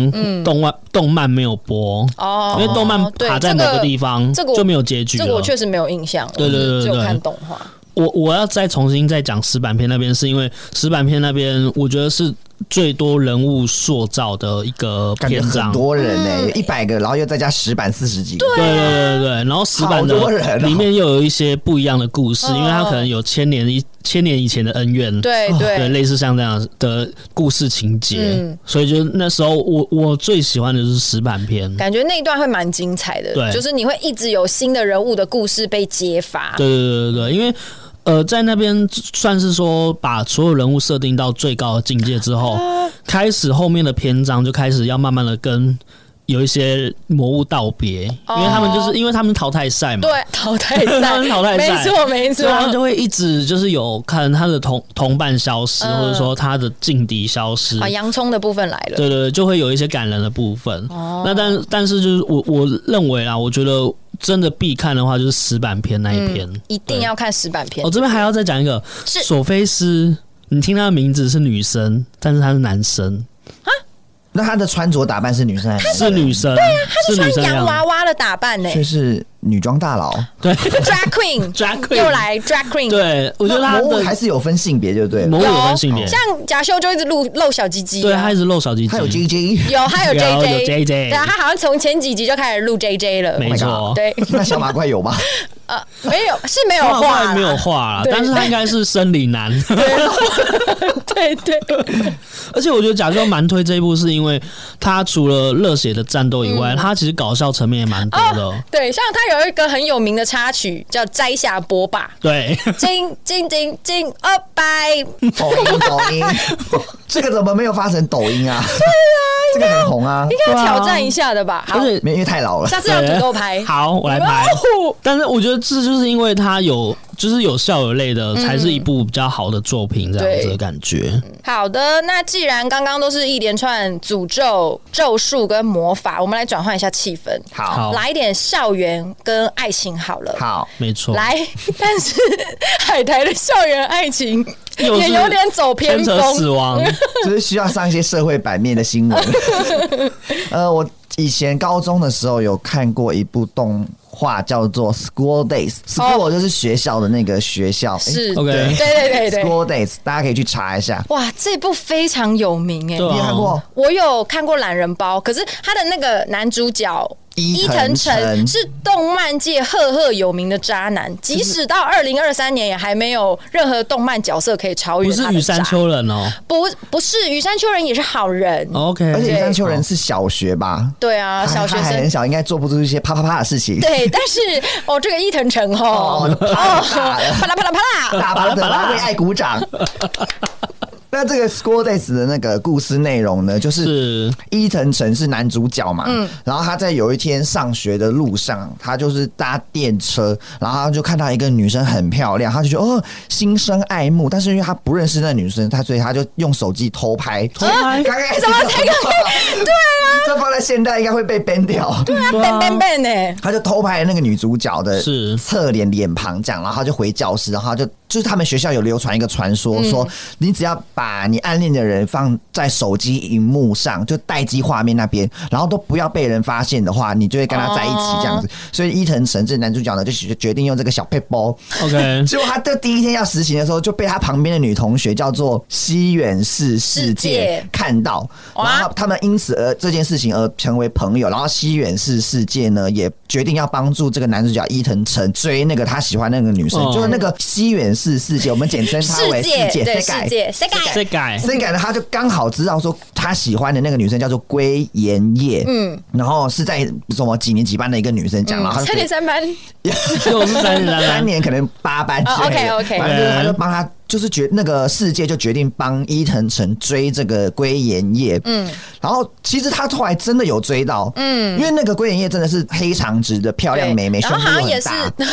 S3: 动漫动漫没有播，
S1: 嗯哦
S3: 因为动漫
S1: 对
S3: 卡在某个地方
S1: 这个这个我
S3: 就没有结局
S1: 这个我
S3: 了。
S1: 确实没有印象，
S3: 对对对对
S1: 我只有
S3: 对
S1: 看动画。
S3: 我我要再重新再讲石板片那边，是因为石板片那边我觉得是最多人物塑造的一个
S2: 感觉
S3: 篇
S2: 很
S3: 章。
S2: 多人呢，一百个，然后又再加石板四十几个。
S3: 对对对对，然后石板的
S2: 好多人哦
S3: 里面又有一些不一样的故事，
S1: 嗯
S3: 因为它可能有千年一千年以前的恩怨，
S1: 对
S3: 哦
S1: 对
S3: 类似像这样的故事情节，
S1: 嗯
S3: 所以就那时候我我最喜欢的就是石板篇，对
S1: 感觉那一段会蛮精彩的，
S3: 对
S1: 就是你会一直有新的人物的故事被揭发。
S3: 对对对对，因为。呃，在那边算是说把所有人物设定到最高的境界之后，开始后面的篇章就开始要慢慢的跟有一些魔物道别，因为他们就是因为他们淘汰赛嘛，
S1: 对，淘汰
S3: 他
S1: 赛，
S3: 们 淘汰赛
S1: 没错没
S3: 所以他们
S1: 错。
S3: 就会一直就是有看他的同同伴消失，
S1: 嗯
S3: 或者说他的劲敌消失。
S1: 啊，洋葱的部分来了，
S3: 对对对，就会有一些感人的部分。
S1: 哦
S3: 那但但是就是我我认为啦，我觉得真的必看的话就是石板篇那一篇。
S1: 一定要看石板片
S3: 我、。这边还要再讲一个
S1: 嗯是
S3: 索菲斯，你听他的名字是女生，但是他是男生，
S2: 那他的穿着打扮是女生还是
S3: 是
S2: 男生
S3: 女，生，对啊，是女
S1: 穿
S3: 生的
S1: 洋
S3: 样
S1: 娃
S3: 子。
S1: 娃的打扮呢、
S2: 所以是女装大佬。
S3: 对
S1: Drag Queen，
S3: ，drag queen
S1: 又。来 Drag Queen，，
S3: 对，我觉得他
S2: 魔物还
S3: 的
S2: 是有分性别，对不对了？
S3: 魔物有分性别
S1: 有，像假修就一直露露小鸡鸡、啊，
S3: 对他一直露小鸡鸡
S2: 他，有 G G，
S1: 有，他有
S3: 有
S1: JJ，
S3: 有 JJ
S1: 对啊，他好像从前几集就开始录 JJ 了，
S3: 没
S2: Oh
S3: 错
S2: my。
S1: 对，
S2: 那小马怪有吗？
S1: 呃，没有，是没有
S3: 画
S1: 画啦，
S3: 没有画啦，
S1: 对
S3: 但是他应该是生理男，
S1: 对对，
S3: 而且我觉得假装蛮推这一部，是因为他除了热血的战斗以
S1: 嗯
S3: 外，他其实搞笑层面也蛮多的。
S1: 哦
S3: 哦
S1: 对，像他有一个很有名的插曲叫《摘下波 霸
S3: 对，》，
S1: 金金金金二百，应
S2: 抖音，抖音，这个怎么没有发成抖音啊？对啊，这个很红啊，
S1: 该要挑战一下的吧？好
S3: 而，且
S2: 没因为太老了。
S1: 下次要土豆拍。
S3: 好，我来拍。
S1: 哦
S3: 但是我觉得这就是因为他有，就是有笑有泪的，才是一部比较好的作品这样子的感觉。
S1: 好的，那既然刚刚都是一连串诅咒、咒术跟魔法，我们来转换一下气氛，
S2: 好
S1: 来一点校园跟爱情好了。
S2: 好，
S3: 没错，
S1: 来，但是海苔的校园爱情
S3: 又
S1: 也
S3: 是
S1: 有点走偏
S3: 牵扯
S1: 锋
S3: 死 亡，
S2: 就是需要上一些社会版面的新闻。呃，我以前高中的时候有看过一部动画，叫做《School Days》，School 就是学校的那个学校，
S1: 是
S3: OK
S1: 对对对
S2: 诶
S1: 对。
S2: School Days，大家可以去查一下。
S1: 哇，这部非常有名哎、
S3: 对啊
S2: 你有看过？
S1: 我有看过《懒人包》，可是他的那个男主角
S2: 伊藤
S1: 诚
S2: 诚
S1: 是动漫界赫赫有名的渣男，即使到二零二三年也还没有任何动漫角色可以超越
S3: 不
S1: 他
S3: 是
S1: 的
S3: 羽
S1: 渣
S3: 山，丘人哦。
S1: 不不是羽山丘人也是好人，
S3: OK，
S2: 而且
S1: 对
S2: 羽山丘人是小学吧？
S1: 对啊，小学
S2: 他还
S1: 生
S2: 很小，应该做不出一些啪啪啪的事情。
S1: 对，但是哦，这个伊藤诚哦，
S2: 哦
S1: 哦，啪啦啪啦啪啦，
S2: 大巴的拉为爱 鼓掌。那这个 School Days 的那个故事内容呢，就是
S3: 是
S2: 伊藤诚是男主角嘛，然后他在有一天上学的路上，他就是搭电车，然后他就看到一个女生很漂亮，他就觉得哦心生爱慕，但是因为他不认 啊识那女生，他所以他就用手机偷拍，偷
S3: 拍
S2: 刚刚
S1: 怎么才
S2: 对啊，这放在现代应该会被 ban 掉。对啊
S1: 他 ban ban ban 哎，
S2: 他就偷拍那个女主角的
S3: 是
S2: 侧脸脸庞这样，然后他就回教室，然后他就就是他们学校有流传一个传说，说你只要把你暗恋的人放在手机荧幕上，就待机画面那边，然后都不要被人发现的话，你就会跟他在一起这样子。所以伊藤神这男主角呢，就决决定用这个小配包。
S3: OK，
S2: 结果他在第一天要实行的时候，就被他旁边的女同学叫做西远市世界看到，然
S1: 哇
S2: 后他们因此而这件事情而成为朋友。然后西远市世界呢，也决定要帮助这个男主角伊藤诚追那个他喜欢那个女生，
S3: 哦
S2: 就是那个西远市世界，我们简称他为
S1: 世
S2: 世
S1: 界
S2: 界。
S1: 对
S2: Sekai
S1: 世界，世界
S3: 再 改
S2: 所以感觉他就刚好知道说他喜欢的那个女生叫做龟岩叶，嗯，然后是在什么几年几班的一个女生讲，然后他
S1: 嗯
S2: 就
S1: 差点三班，
S3: 又是 三十 三
S2: 三年可能八班之类的。
S1: 哦，OK，OK
S2: 反正就是他就帮他，就是决那个世界就决定帮伊藤诚追这个龟岩叶。嗯，然后其实他后来真的有追到，嗯，因为那个龟岩叶真的是黑长直的漂亮
S1: 对
S2: 妹妹，胸
S1: 然
S2: 部
S1: 后好像也
S2: 很
S1: 是
S2: 大。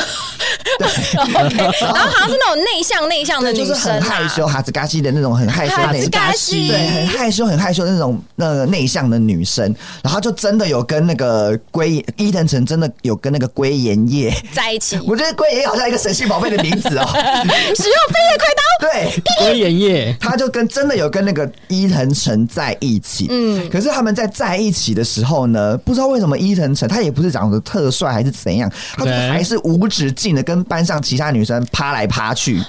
S1: OK，然后好像是那种内向内向的
S2: 对，
S1: 女
S2: 就是
S1: 生
S2: 很害
S1: 啊，
S2: 羞，哈兹嘎西的那种很害羞
S1: 哈
S2: 的
S1: 兹
S2: 那
S1: 嘎西
S2: 对，很害羞、很害羞的那种那个内向的女生，然后就真的有跟那个龟伊藤诚真的有跟那个龟岩 叶，
S1: 在一起，使用
S2: 我觉得龟岩叶好像一个神奇宝贝的名 字哦，
S1: 飞叶快刀，
S2: 对，
S3: 龟岩叶，
S2: 他就跟真的有跟那个伊藤诚在一起，嗯，可是他们在在一起的时候呢，不知道为什么伊藤诚他也不是长得特帅还是怎样，他就
S3: OK
S2: 还是无止境的跟班上其他女生趴来趴去，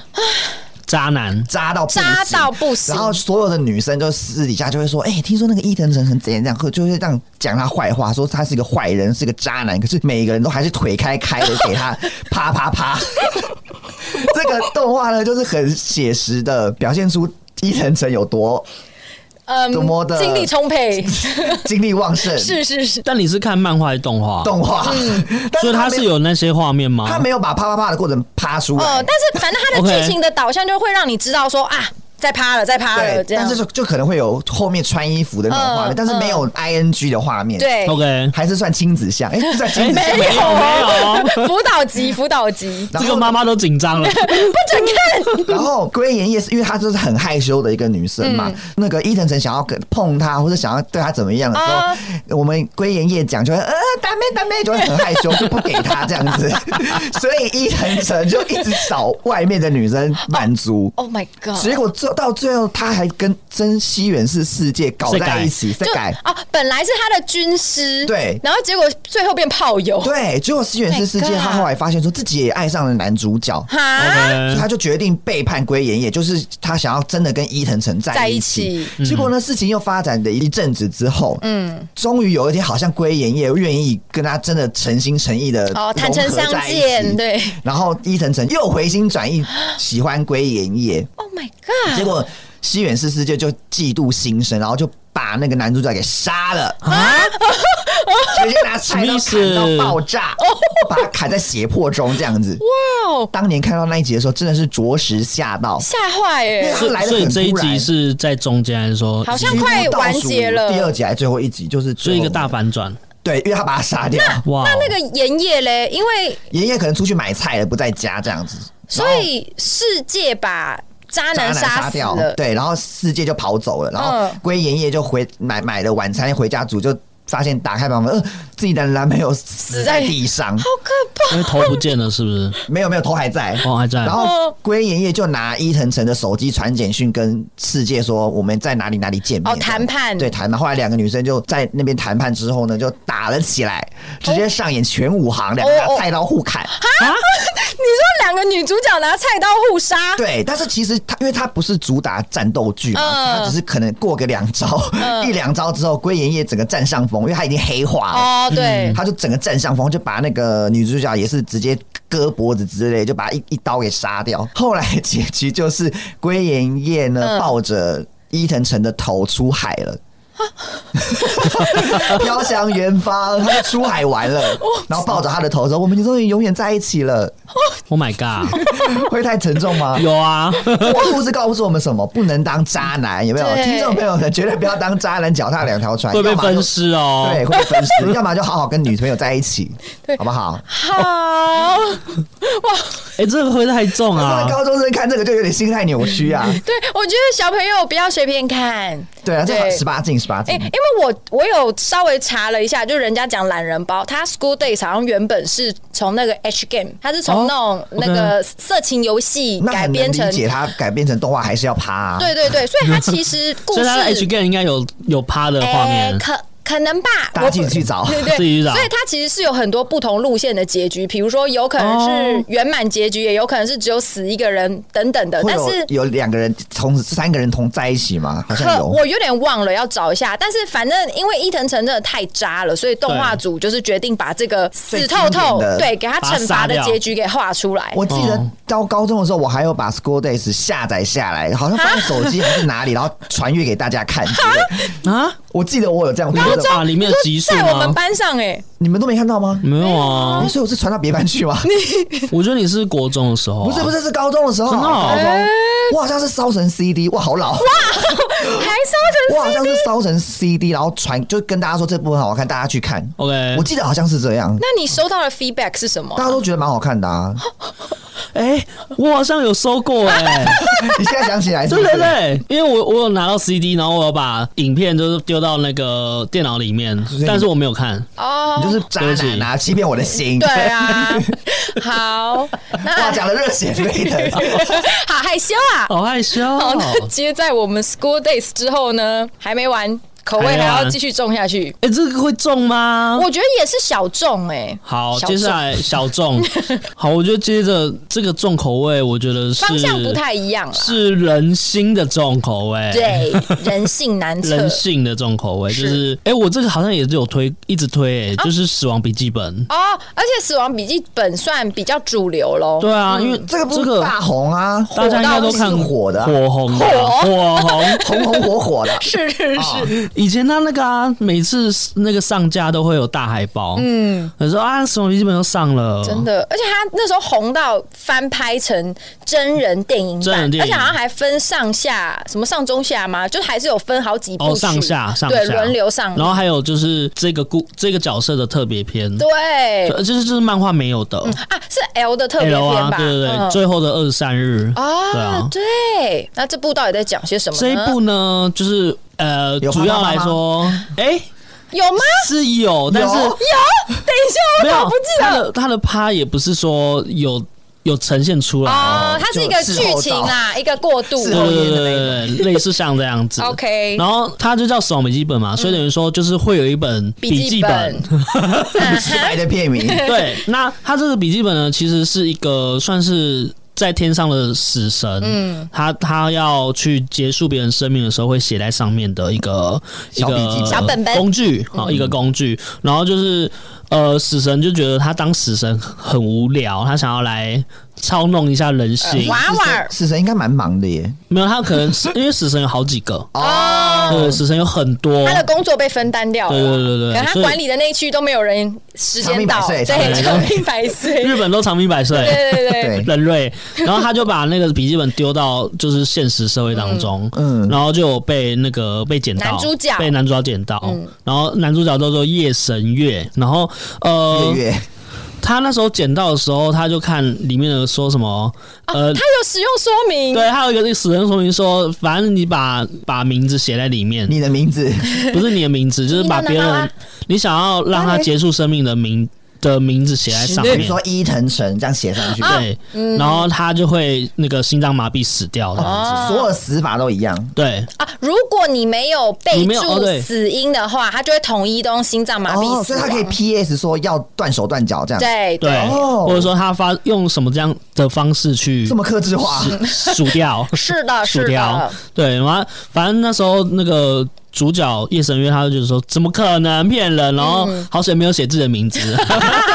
S3: 渣男，
S2: 渣到不行
S1: 渣到不行
S2: 然后所有的女生就私底下就会说，哎、听说那个伊藤诚很怎样怎样，或就会这样讲他坏话，说他是一个坏人，是个渣男，可是每个人都还是腿开开的 给他啪啪啪。这个动画呢，就是很写实的表现出伊藤诚有多多么
S1: 嗯，
S2: 的
S1: 精力充 沛，
S2: 精力旺盛，
S1: 是嗯是是，
S3: 但你是看漫画还是动画？
S2: 动画， 但
S3: 所以
S2: 他
S3: 他
S2: 没
S3: 是有啊那些画面吗？
S2: 他没有把啪啪啪的过程啪出来，
S1: 哦，但是反正它的
S3: OK
S1: 剧情的导向就会让你知道说啊，在趴了，在趴了
S2: 对，
S1: 这样
S2: 但是，就就可能会有后面穿衣服的那种画面，
S1: 嗯
S2: 但是没有 I N G 的画面，，
S1: 对，
S3: OK，
S2: 还是算亲子像，哎、是算亲子像
S3: 哎
S2: 吗
S3: 没有
S1: 哦
S3: 没
S1: 辅导级辅导级，
S2: 然
S3: 这
S2: 后
S3: 个妈妈都紧 张了。
S2: 然后龟岩叶是因为她就是很害羞的一个女生
S1: 嗯
S2: 嘛，那个伊藤诚想要跟碰她或者想要对她怎么样的时候，
S1: 啊
S2: 我们龟岩叶讲就会呃大妹大妹就会很害羞，就不给她 这样子，所以伊藤诚就一直找外面的女生满足。
S1: Oh my god！
S2: 结果最到最后，他还跟真西元是世界搞在一起，在
S1: 就
S2: 改。
S1: 哦，本来是他的军师，
S2: 对
S1: 然后结果最后变炮友，
S2: 对，结果西元是世界，
S1: My God
S2: 他后来发现说自己也爱上了男主角，
S1: 哈，
S2: 所以
S3: OK，
S2: 他就决定背叛龟岩，也就是他想要真的跟伊藤诚在
S1: 在
S2: 一
S1: 一
S2: 起
S1: 起。
S2: 结果呢，事情又发展了一阵子之后，嗯，终于有一天，好像龟岩也愿意跟他真的诚心诚意的
S1: 哦，坦诚相见，。对
S2: 然后伊藤诚又回心转意喜欢龟岩也，
S1: ，Oh my
S2: 结
S1: god！
S2: 果西远四世界就嫉妒心生，然后就把那个男主角给杀了，
S1: 啊
S2: 啊 直接拿菜刀
S3: 什么
S2: 砍
S3: 意思
S2: 到爆炸，把他砍在胁迫中这样子。
S1: 哦哇哦，
S2: 当年看到那一集的时候，真的是着实吓到，
S1: 吓坏
S2: 因为
S1: 耶！
S2: 他来的
S3: 所以
S2: 很
S3: 这一
S2: 突
S3: 集
S2: 然。
S3: 是在中间还是说？
S1: 好像快完结了
S2: 第二集还是最后一集就是
S3: 所
S2: 最
S3: 以一
S2: 后
S3: 个大反转，
S2: 对，因为他把他杀掉，
S3: 哇！
S1: 那那个盐业嘞，因为
S2: 爷爷可能出去买菜了，不在家这样子，
S1: 所以世界把渣男
S2: 然后渣男
S1: 杀
S2: 杀
S1: 死
S2: 掉，
S1: 了，
S2: 对，然后世界就跑走了，然后
S1: 嗯
S2: 龟爷爷就回买买了晚餐回家煮，就发现打开房门，呃，自己的男朋友死在
S1: 在
S2: 地上，
S1: 好可怕！
S3: 因为头不见了，是 不是？
S2: 没有没有头还在。
S3: 哦，还在
S2: 然。后龟爷爷就拿伊藤诚的手机传简讯跟世界说我们在哪里哪里见面
S1: 哦谈判
S2: 对谈判。后来两个女生就在那边谈判之后呢，就打了起来，直接上演全武行，两个拿
S1: 哦哦
S2: 菜刀互砍。
S1: 你说两个女主角拿菜刀互杀，
S2: 对，但是其实他因为他不是主打战斗剧嘛，
S1: 嗯
S2: 他只是可能过个两招， 一两招之后，龟岩叶整个占上风，因为他已经黑化了。嗯
S1: 哦，对，
S2: 他就整个占上风，就把那个女主角也是直接割脖子之类，就把她一一刀给杀掉。 后来结局就是龟岩叶呢
S1: 嗯
S2: 抱着伊藤诚的头出海了。 飘向远方，他就出海玩 了，
S1: 哦
S2: 然后抱着他的头说：“我们终于永远在一起了。
S3: Oh my god！”
S2: 会太沉重吗？
S3: 有 啊，
S2: 这个故事告诉我们什么？不能当渣男，有没有？
S1: 对
S2: 听众朋友们，绝对不要当渣男，脚踏两条船，
S3: 会被
S2: 要么就
S3: 分尸哦。
S2: 对，会被分 尸，要么就好好跟女朋友在一起，好不好？
S1: 好，
S3: 哎，这个会太重
S2: 那
S3: 啊。
S2: 高中生看这个就有点心态扭曲啊。
S1: 对我觉得小朋友不要随便看，
S2: 对啊，这
S1: 对
S2: 十八禁，十八
S1: 哎、
S2: 禁。
S1: 因为我我有稍微查了一下，就是人家讲懒人包，他 School Days 好像原本是从那个 H Game，它是从那种、
S3: 哦
S1: 那个色情游戏
S2: 那
S1: 改
S2: 很能
S1: 编
S2: 理
S1: 成，
S2: 解，它改编成动画还是要趴啊。
S1: 对对对，所以它其实故
S3: 所
S1: 事
S3: 以他的 H game 应该有有趴的画
S1: 哎、
S3: 面，
S1: 可可能吧，
S2: 大家
S1: 我
S2: 自己去找
S1: 对对，
S3: 自己去找
S1: 所以它其实是有很多不同路线的结局，比如说有可能是
S3: 哦
S1: 圆满结局，也有可能是只有死一个人等等的，
S2: 会
S1: 但
S2: 有
S1: 是。
S2: 有两个人同时三个人同在一起吗？好像
S1: 可
S2: 有。
S1: 我有点忘了，要找一下。但是反正因为伊藤诚真的太渣了，所以动画
S3: 对
S1: 组就是决定把这个
S2: 最
S1: 死
S2: 经
S1: 透透
S2: 典的
S1: 对给他
S3: 把它
S1: 惩罚
S3: 杀
S1: 的
S3: 掉
S1: 结局给画出来。
S2: 我记得
S3: 哦
S2: 到高中的时候，我还有把 School Days 下载下来，好像放在手机还是哪里，然后传阅给大 家看之类的。
S3: 啊，
S2: 我记得我有这样，我记得
S3: 啊，里面有集数
S1: 在我们
S3: 吗？
S1: 班上哎、
S2: 你们都没看到吗？
S3: 没有啊
S2: 欸，所以我是传到别班去吗？
S3: 我觉得你是国中的时候啊，
S2: 不是不是，是高中的时候，
S3: 真的哦
S2: 高中，我好像是烧成 CD，哇，好老，
S1: 还烧成
S2: 我好像是烧成 CD，然后传就跟大家说这部很好看，大家去看。
S3: OK，
S2: 我记得好像是这样，
S1: 那你收到的 feedback 是什么
S2: 大？家都觉得蛮好看的 啊。
S3: 哎、我好像有收过哎、
S2: 你现在想起来是
S3: 对
S2: 不
S3: 对
S2: 是？
S3: 对，因为我我有拿到 CD，然后我有把影片就是丢到那个电脑里面，但是我没有看。
S2: 你
S1: 哦，
S2: 就是渣男啊，欺骗我的心。
S1: 对啊， 好，
S2: 哇，
S1: 那
S2: 讲的热血沸 腾。
S1: 好害羞啊。
S3: 好害羞哦，
S1: 好，那接在我们 School Days 之后呢，还没完，口味
S3: 还
S1: 还
S3: 没完
S1: 要继续种下去。
S3: 哎、这个会中吗？
S1: 我觉得也是小众哎、
S3: 好，
S1: 小
S3: 接下来小 众，好，我觉得接着这个重口味，我觉得是
S1: 方向不太一样啦。
S3: 是人心的重口味，，
S1: 对，人性难测
S3: 人。性的重口味
S1: 是
S3: 就是，哎、我这个好像也是有推，一直推、哎、就是《死亡笔记本》
S1: 哦，而且《死亡笔记本》算比较主流喽。
S3: 对啊，因为
S2: 嗯这个不
S3: 这
S2: 是
S3: 个
S2: 大红啊，
S3: 大家应该都
S2: 是
S3: 看
S2: 火的啊，
S3: 火红的啊、火红。
S2: 红红火火 的。
S1: 是是是，
S3: 以前他那个啊，每次那个上架都会有大海报，嗯，他说啊，什么笔记本都上了，
S1: 真的，而且他那时候红到翻拍成真人电影
S3: 真
S1: 版，
S3: 人电
S1: 而且
S3: 影
S1: 好像还分上下，什么上中下吗？就还是有分好几部
S3: 哦，
S1: 曲
S3: 上下上下
S1: 对，轮流上，
S3: 然后还有就是这个故这个角色的特别篇，
S1: 对
S3: 就就是就是漫画没有的
S1: 啊，是 L 的特别
S3: L
S1: 篇
S3: 啊，
S1: 吧？
S3: 对对对，
S1: 嗯
S3: 最后的二十三日，对
S1: 啊
S3: 啊，
S1: 对，那这部到底在讲些什么呢？
S3: 这一部呢就是呃，
S2: 有
S3: 主要来说，哎，
S1: 有吗？
S3: 是 有，但是
S2: 有
S1: 有，等一下，
S3: 没
S1: 我
S3: 有
S1: 搞不记
S3: 他
S1: 得。
S3: 的他的趴也不是说有有呈现出来哦
S1: 哦，它是一个剧情啊，一个过渡。
S2: 事
S3: 对
S2: 后
S3: 对
S2: 烟的那一
S3: 对对，类似像这样子。
S1: OK
S3: 然后它就叫《死亡笔记本》嘛，所以等于说就是会有一本
S1: 笔记
S3: 记
S1: 本
S3: 本。
S2: 直白的片 名，
S3: 对，那它这个笔记本呢，其实是一个算是。在天上的死神，嗯，他他要去结束别人生命的时候，会写在上面的一个一
S2: 小笔记
S3: 个
S1: 小本本
S3: 工具，好、一个工具。然后就是呃，死神就觉得他当死神很无聊，他想要来操弄一下人性。
S1: 哦娃娃儿
S2: 死神应该蛮忙的耶。
S3: 没有，他可能是因为死神有好几个，
S1: 哦，
S3: 对，死神有很多，
S1: 他的工作被分担掉了。
S3: 对对对对
S1: 可能他
S3: 所以
S1: 管理的那一区都没有人时间到，
S2: 长命百岁
S1: 对，
S2: 长
S1: 长命百 岁。
S3: 日本都长命百岁，
S1: 对对对，
S2: 对，
S3: 人类。然后他就把那个笔记本丢到就是现实社会当中，
S2: 嗯
S3: 然后就有被那个被捡到，
S1: 男主角嗯
S3: 被男主角捡到，然后男主角叫做夜神月，然后呃
S2: 月，月
S3: 他那时候捡到的时候，他就看里面的说什么， 呃
S1: 哦，他。有使用说明。
S3: 对，还有一个死人说明说，反正你把把名字写在里面，
S2: 你的名字
S3: 不是你的名字，就是把别
S1: 你的妈
S3: 人
S1: 妈
S3: 你想要让他结束生命的名的名字写在上
S2: 比
S3: 面啊
S2: 如。说伊藤诚这样写上
S1: 啊
S2: 去，
S3: 对，
S1: 嗯
S3: 然后他就会那个心脏麻痹死掉
S1: 哦
S3: 这样子。
S2: 所有死法都一样。
S3: 对，
S1: 啊，如果你没有备
S3: 你没有哦
S1: 注
S3: 对
S1: 死因的话，他就会统一都用心脏麻
S2: 哦，
S1: 痹
S2: 所
S1: 死
S2: 以他可以
S1: 亡。
S2: PS 说要断手断脚这样，
S1: 对
S3: 对，
S2: 哦
S3: 或者说他发用什么这样的方式去
S2: 这么克制化。
S3: 数掉
S1: 是的，
S3: 数
S1: 是啊
S3: 掉
S1: 的。，
S3: 对，然后反正那时候那个主角叶神月，他就觉得说怎么可能骗人，然后
S1: 嗯
S3: 好险没有写自己的名 字，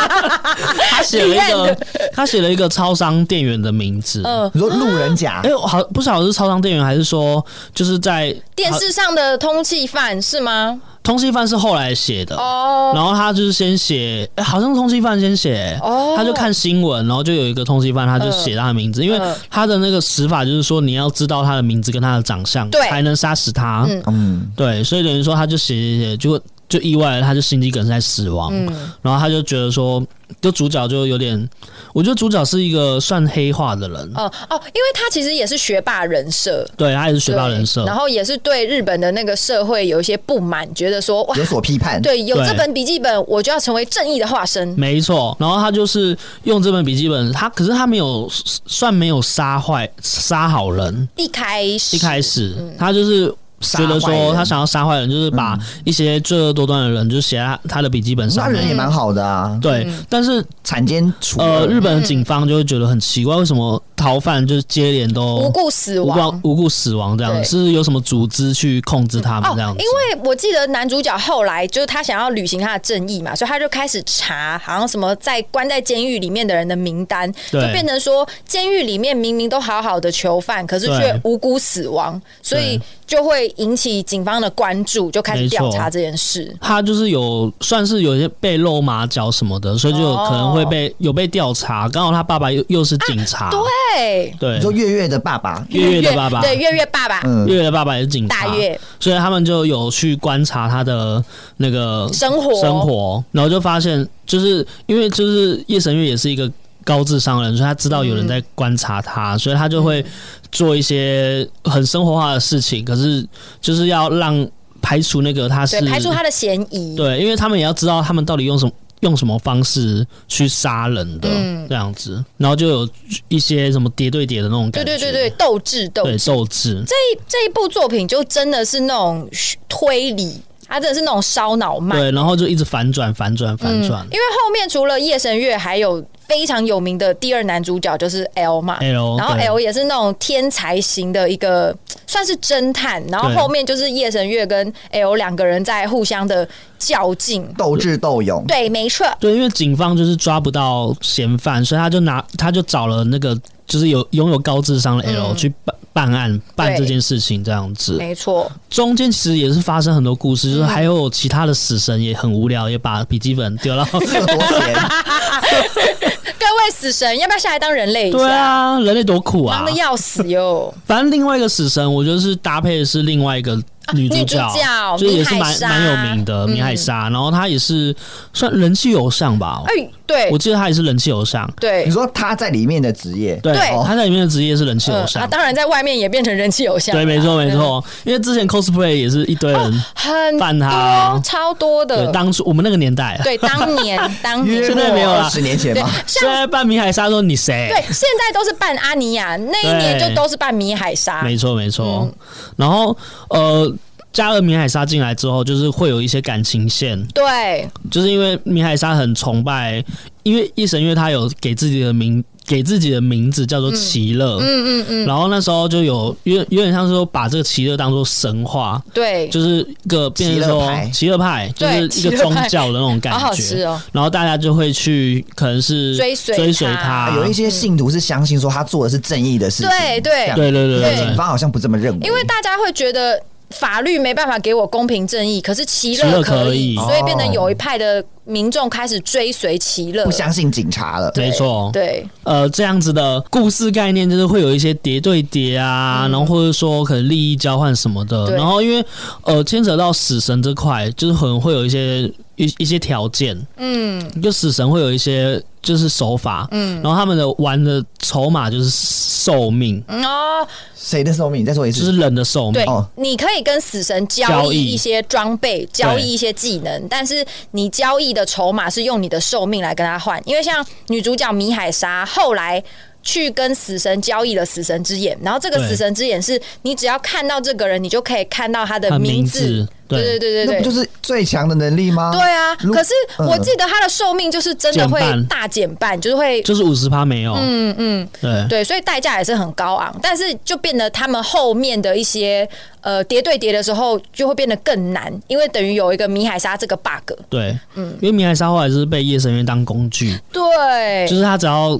S3: 他写了一
S1: 你认
S3: 个他写了一个超商店员的名字，
S1: 嗯，
S2: 你说路人甲
S3: 哎、，我好不晓得是超商店员还是说就是在
S1: 电视上的通缉犯是吗？
S3: 通缉犯是后来写的。
S1: 哦
S3: 然后他就是先写，哎好像是通缉犯先写，
S1: 哦
S3: 他就看新闻，然后就有一个通缉犯，他就写他的名字，因为
S1: 嗯
S3: 他的那个死法就是说你要知道他的名字跟他的长相，
S1: 对
S3: 才能杀死他。
S1: 嗯
S2: 嗯，
S3: 对，所以等于说他就写写写，结果就意外了他就心肌梗塞死亡，
S1: 嗯
S3: 然后他就觉得说，就主角就有点，我觉得主角是一个算黑化的人，
S1: 哦哦，因为他其实也是学霸人设，
S3: 对他也是学霸人设
S1: 对，然后也是对日本的那个社会有一些不满，觉得说哇，
S2: 有所批判。
S1: 对，有
S3: 对
S1: 这本笔记本，我就要成为正义的化身。
S3: 没错，然后他就是用这本笔记本，他可是他没有算没有杀坏杀好人，
S1: 一开始，
S3: 一开始
S1: 嗯
S3: 他就是觉得
S2: 杀坏
S3: 说
S2: 人嗯
S3: 他想要杀坏人，就是把一些罪恶多端的人就写在他他的笔记本
S2: 那
S3: 上
S2: 人
S3: 面。
S2: 也蛮好的啊，
S3: 对，
S1: 嗯
S3: 但是
S2: 铲奸除
S3: 嗯呃，
S2: 恶。
S3: 日本的警方就会觉得很奇怪，为什么逃犯就是接连都
S1: 无故死
S3: 无
S1: 亡
S3: 故。无故死亡这样
S1: 对嗯
S3: 子？是有什么组织去控制他们这样
S1: 哦
S3: 子？
S1: 因为我记得男主角后来就是他想要履行他的正义嘛，所以他就开始查，好像什么在关在监狱里面的人的名单，就
S3: 对
S1: 变成说监狱里面明明都好好的囚犯，可是却
S3: 对
S1: 无辜死亡，所以就会引起警方的关注，就开始
S3: 没错
S1: 调查这件事。
S3: 他就是有算是有一些被露马脚什么的，所以就有可能会被、有被调查。刚好他爸爸又又是警察，
S1: 哦啊对，
S3: 对
S2: 你说月月的爸爸，
S3: 月月的爸啊爸，
S1: 对月月爸爸。
S2: 嗯，
S3: 月月的爸爸也是警察，
S1: 大月
S3: 所以他们就有去观察他的那个
S1: 生活
S3: 生活，然后就发现，就是因为就是夜神月也是一个高智商的人，所以他知道有人在观察他，所以他就
S1: 嗯
S3: 会做一些很生活化的事情，可是就是要让排除那个他是
S1: 对，排除他的嫌疑。
S3: 对，因为他们也要知道他们到底用什么。用什么方式去杀人的、
S1: 嗯
S3: 这样子，然后就有一些什么叠对叠的那种
S1: 对
S3: 感觉，
S1: 对对对，斗智斗
S3: 对
S1: 智。
S3: 斗志，
S1: 这这一部作品就真的是那种推理，它真的是那种烧脑漫。
S3: 对，然后就一直反转反转反转
S1: 因为后面除了夜神月，还有非常有名的第二男主角就是 L 嘛。啊
S3: ，L，
S1: 然后
S3: 哎对
S1: L 也是那种天才型的一个，算是侦探。然后
S3: 对
S1: 后面就是夜神月跟 L 两个人在互相的较劲。
S2: 斗智斗勇，
S1: 对，没错，
S3: 对，因为警方就是抓不到嫌犯，所以他就拿他就找了那个就是有拥有高智商的
S1: 嗯
S3: L、去办办案办这件事情这样子。
S1: 没错。
S3: 中间其实也是发生很多故事，就是
S1: 嗯
S3: 还有其他的死神也很无聊，也把笔记本丢到。
S2: 这个多钱？
S1: 各位死神，要不要下来当人类一下？
S3: 对啊，人类多苦啊
S1: 忙的！要死 哟！
S3: 反正另外一个死神，我觉得是搭配的是另外一个女主角，
S1: 啊女主角
S3: 就是也是
S1: 米海
S3: 蛮
S1: 莎嗯
S3: 蛮有名的米海莎，然后她也是算人气偶像吧，
S1: 哎，对
S3: 我记得她也是人气偶像。
S1: 对
S2: 你说他在里面的职业，
S3: 对哦
S1: 对，
S3: 她在里面的职业是人气偶
S1: 嗯，他
S3: 像，
S1: 当然在外面也变成人气偶像啦。嗯
S3: 对，没错没错，因为之前 cosplay 也是一堆人，
S1: 很
S3: 犯
S1: 多
S3: 他
S1: 超多
S3: 对，
S1: 的，
S3: 当初我们那个年代，
S1: 呃
S3: 啊
S1: 对，当 年当年
S2: 约
S3: 现在没有啦
S2: 二十年前
S1: 对
S2: 吗？，
S3: 现在扮米海莎说你谁？
S1: 对，现在都是扮阿尼亚，那一年就
S3: 哎对
S1: 都是扮米海莎，
S3: 没错没错。然后呃，加了米海莎进来之后，就是会有一些感情线，
S1: 对，
S3: 就是因为米海莎很崇拜，因为夜神月他有给自己的名。给自己的名字叫做奇乐、嗯，嗯嗯然后那时候就有有有点像是说把这个奇乐当做神话，
S1: 对，
S3: 就是一个变成
S2: 奇乐
S3: 说
S2: 派
S3: 奇乐派，就
S1: 对
S3: 是一个宗教的那种感
S1: 好
S3: 觉，
S1: 好吃哦，
S3: 然后大家就会去，可能是
S1: 追随
S3: 追随
S1: 他
S3: 他，
S2: 啊有一些信徒是相信说他做的是正义的事情，
S1: 对对
S2: 这样
S3: 对对对
S2: 但
S3: 对
S2: 警方好像不这么认为，
S1: 因为大家会觉得。法律没办法给我公平正义，可是奇
S3: 奇
S1: 乐
S3: 乐
S1: 可
S3: 可
S1: 以，
S3: 以
S1: 所以变成
S2: 哦
S1: 有一派的民众开始追随奇乐
S2: 不。相信警察了。
S3: 没错，
S1: 对，
S3: 呃，这样子的故事概念就是会有一些叠对叠啊，然后或者说可能利益交换什么的，
S1: 嗯对
S3: 然后因为呃牵扯到死神这块，就是可能会有一些一一些条件，
S1: 嗯，
S3: 就死神会有一些就是手法，嗯，然后他们的玩的筹码就是寿命，
S1: 嗯哦，
S2: 谁的寿命？你再说一
S3: 就
S2: 次。
S3: 是人的寿命
S1: 对，，
S2: 哦
S1: 你可以跟死神交
S3: 嗯交
S1: 易
S3: 易
S1: 一些装备，交易一些技能，但是你交易的筹码是用你的寿命来跟他换。因为像女主角米海莎后来。去跟死神交易了死神之眼，然后这个
S3: 对
S1: 死神之眼是你只要看到这个人，你就可以看到他的
S3: 他
S1: 名
S3: 名
S1: 字。
S3: 字
S1: 对对对
S3: 对
S2: 那
S1: 对
S2: 不
S1: 对，
S2: 就是最强的能力吗？
S1: 对啊。
S2: 如
S1: 可是我记得他的寿命就是真的会
S3: 减半
S1: 大减半，就是会
S3: 就是五十趴没有，嗯嗯，对。
S1: 对，所以代价也是很高昂，但是就变得他们后面的一些呃叠对叠的时候，就会变得更难，因为等于有一个米海莎这个 bug。
S3: 对，
S1: 嗯
S3: 因为米海莎后来就是被夜神月当工具，
S1: 对
S3: 就是他只要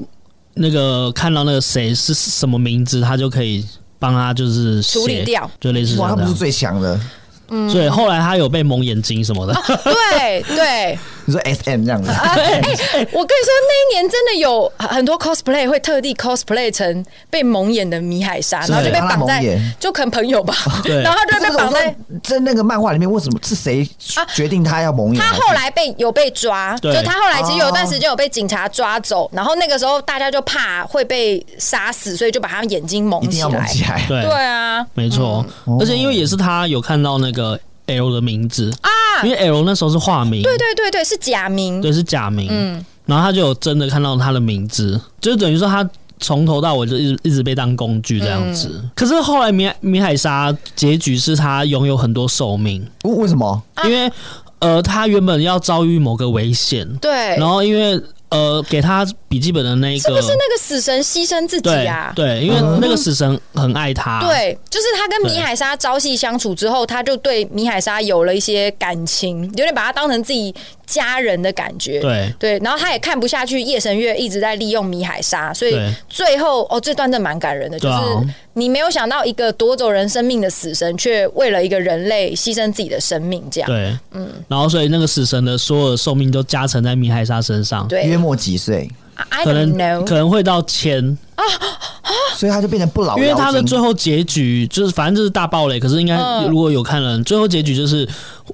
S3: 那个看到那个谁是什么名字，他就可以帮他就是写
S1: 处理掉，嗯
S3: 就类似这
S2: 哇，他
S3: 样
S2: 不是最强的，
S1: 啊
S3: 所以后来他有被蒙眼睛什么的，
S1: 对对，
S2: 你说 S M 这样 子，
S1: 啊哎、我跟你说，那一年真的有很多 cosplay 会特地 cosplay 成被蒙眼的米海莎，
S2: 是
S1: 然后就被
S2: 让他
S1: 绑在
S2: 蒙眼，
S1: 就可能朋友吧，
S3: 对
S1: 然后他就
S2: 不
S1: 被
S2: 是
S1: 绑
S2: 我
S1: 在
S2: 说。在那个漫画里面，为什么是谁
S1: 啊
S2: 决定他要蒙眼？
S1: 他后来被有被抓，
S3: 对
S1: 就他后来其实有段时间有被警察抓走，然后那个时候大家就怕会被杀死，所以就把他们眼睛蒙
S2: 一定
S1: 起
S2: 要蒙
S1: 来。
S2: 起来。
S3: 对
S1: 对啊，
S3: 没错，
S2: 嗯
S3: 而且因为也是他有看到那个 L 的名字啊，因为 L 那时候是化名，
S1: 对对对对，是假名。
S3: 对，是假名。
S1: 嗯
S3: 然后他就有真的看到他的名字，就是等于说他从头到尾就一直一直被当工具这样子。
S1: 嗯
S3: 可是后来米米海莎结局是他拥有很多寿命，
S2: 为为什么？
S1: 啊
S3: 因为呃他原本要遭遇某个危险，
S1: 对，
S3: 然后因为呃给他笔记本的那一
S1: 是
S3: 个
S1: 不是那个死神牺牲自己
S3: 对
S1: 啊？
S3: 对，啊因为那个死神很爱他，
S1: 对，就是他跟
S3: 对
S1: 米海莎朝夕相处之后，他就对米海莎有了一些感情，有点把她当成自己家人的感觉。
S3: 对
S1: 对，然后他也看不下去夜神月一直在利用米海莎，所以
S3: 对
S1: 最后哦，这段真的蛮感人的，就
S3: 对
S1: 是
S3: 啊
S1: 你没有想到一个夺走人生命的死神，却为了一个人类牺牲自己的生命，这样
S3: 对，嗯，然后所以那个死神的所有的寿命都加成在米海莎身上，
S2: 约
S1: 对
S2: 莫几岁？
S1: ，I
S3: 可
S1: don't
S3: 能
S1: know，
S3: 可能会到千，
S2: 所以他就变成不老妖
S3: 因
S2: 精。
S3: 为他的最后结局就是，反正就是大暴雷。可是应该
S1: 嗯
S3: 如果有看了，最后结局就是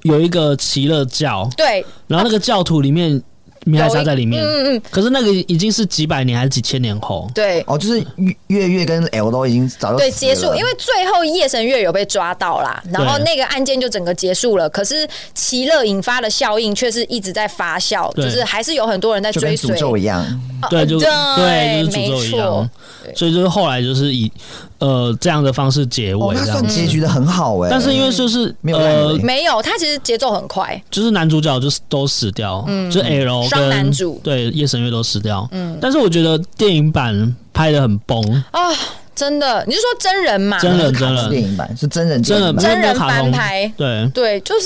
S3: 有一个奇乐教，
S1: 对，
S3: 然后那个教徒里面米海莎在里面，
S1: 嗯嗯，
S3: 可是那个已经是几百年还是几千年后，
S1: 对。
S2: 哦，就是月月月跟 L 都已经早就
S1: 对，
S2: 死
S1: 结束，
S2: 了
S1: 因为最后夜神月有被抓到啦，然后
S3: 对
S1: 那个案件就整个结束了。可是奇乐引发的效应却是一直在发酵，
S3: 对
S1: 就是还是有很多人在
S2: 就跟
S1: 追随
S2: 诅。咒一样，
S1: 啊
S3: 对，就
S1: 对，
S3: 对，就是诅
S1: 没
S3: 咒一
S1: 错
S3: 样。，所以就是后来就是以呃这样的方式结
S2: 哦，
S3: 尾
S2: 那
S3: 这样
S2: 算。结局的很好哎。
S3: 但是因为就是
S2: 没有烂
S3: 呃
S2: 尾，
S1: 没有，他其实节奏很快，
S3: 就是男主角就是都死掉，
S2: 嗯
S3: 就 L
S1: 双
S3: 跟
S1: 男主
S3: 对夜神月都死掉。嗯，但是我觉得电影版拍的很崩，
S1: 啊，真的，你是说真人嘛？
S3: 真人
S2: 是卡
S3: 真
S2: 通
S3: 人
S2: 电影版是真人
S3: 真
S2: 电
S3: 的
S2: 影版，
S1: 真人
S3: 没有卡通
S1: 翻拍
S3: 对，
S1: 对，就是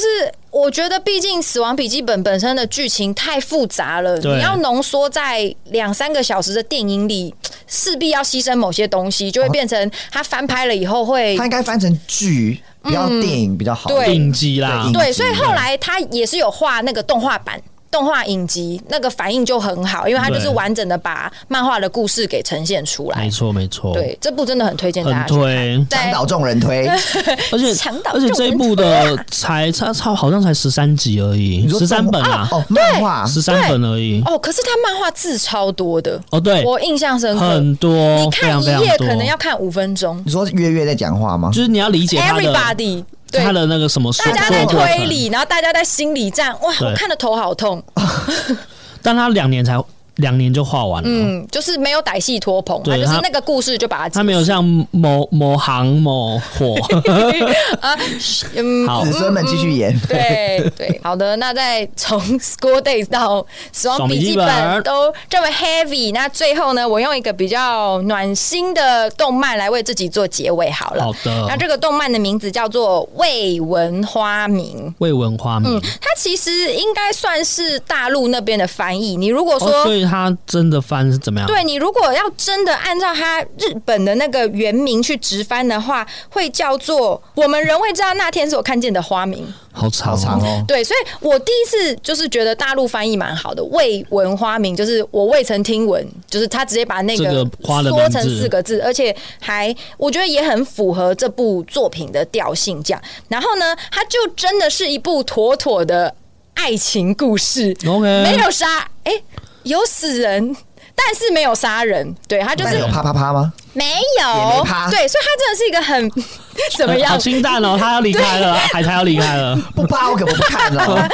S1: 我觉得，毕竟《死亡笔记本》本身的剧情太复杂了，
S3: 对
S1: 你要浓缩在两三个小时的电影里，势必要牺牲某些东西，就
S2: 哦
S1: 会变成它翻拍了以后会
S2: 他应该翻成剧，不要电影比较
S1: 嗯
S2: 好。
S1: 对
S3: 应激啦
S2: 对，
S1: 对，
S2: 影集
S1: 所以嗯后来他也是有画那个动画版。动画影集那个反应就很好，因为它就是
S3: 对
S1: 完整的把漫画的故事给呈现出来
S3: 没。错没错，
S1: 对，这部真的很推荐大
S3: 很
S1: 家去看。
S3: 推，
S2: 长
S1: 在
S2: 岛众人推，
S3: 而且
S1: 强到
S3: 而且这一部
S1: 众人啊
S3: 的才差差好像才十三集而已，
S2: 你说
S3: 十三
S2: 动
S3: 本啊，
S2: 哦，漫画
S3: 十三本而已。
S1: 哦，可是他漫画字超多的，
S3: 哦，对，
S1: 我印象深刻。
S3: 很
S1: 你
S3: 多，非
S1: 看
S3: 常
S1: 一
S3: 非常
S1: 页
S3: 多
S1: 可，能要看五分钟
S2: 你说月月在讲话吗？
S3: 就是你要理解他的
S1: ，everybody 对
S3: 他。的那个什么
S1: 大
S3: 创
S1: 家
S3: 作
S1: 在
S3: 过程
S1: 推，理，然后大家在心理战，哇！
S3: 对
S1: 我看的头好痛，
S3: 但他两年才两年就画完了。
S1: 嗯，就是没有歹戏拖棚，
S3: 对
S1: 他就是
S3: 他
S1: 那个故事就把它结束
S3: 他没有像某某行某火，
S1: 嗯，
S3: 好
S2: 子孙们继续演。
S1: 对对，好的，那再从 School Days 到《死亡
S3: 爽笔
S1: 笔
S3: 记
S1: 记本
S3: 本》
S1: 都这么 heavy，那最后呢，我用一个比较暖心的动漫来为自己做结尾好了。
S3: 好的
S1: 那这个动漫的名字叫做《未闻花名》。
S3: 未闻花名。
S1: 它其实应该算是大陆那边的翻译。你如果说、
S3: 哦，所以他真的翻是怎么样？
S1: 对你如果要真的按照它日本的那个原名去直翻的话，会叫做“我们仍未知道那天所看见的花名
S3: 好长
S2: 好
S3: 哦
S2: 长哦”。，
S1: 对，所以我第一次就是觉得大陆翻译蛮好的，“未闻花名”就是我未曾听闻，就是他直接把那
S3: 这
S1: 个
S3: 个花的
S1: 缩
S3: 名
S1: 成
S3: 字
S1: 四个字，而且还我觉得也很符合这部作品的调性。这样，然后呢，它就真的是一部妥妥的爱情故事。
S3: OK，
S1: 没有杀，哎、有死人，但是没有杀人，对他就是
S2: 但有啪啪啪吗？
S1: 没
S2: 也
S1: 有
S2: 没趴
S1: 对，所以他真的是一个很 怎么
S3: 呃
S1: 样
S3: 好？清淡哦，他要离开了，海苔要离 开了。
S2: 不啪，我可不看 了。
S1: 好了，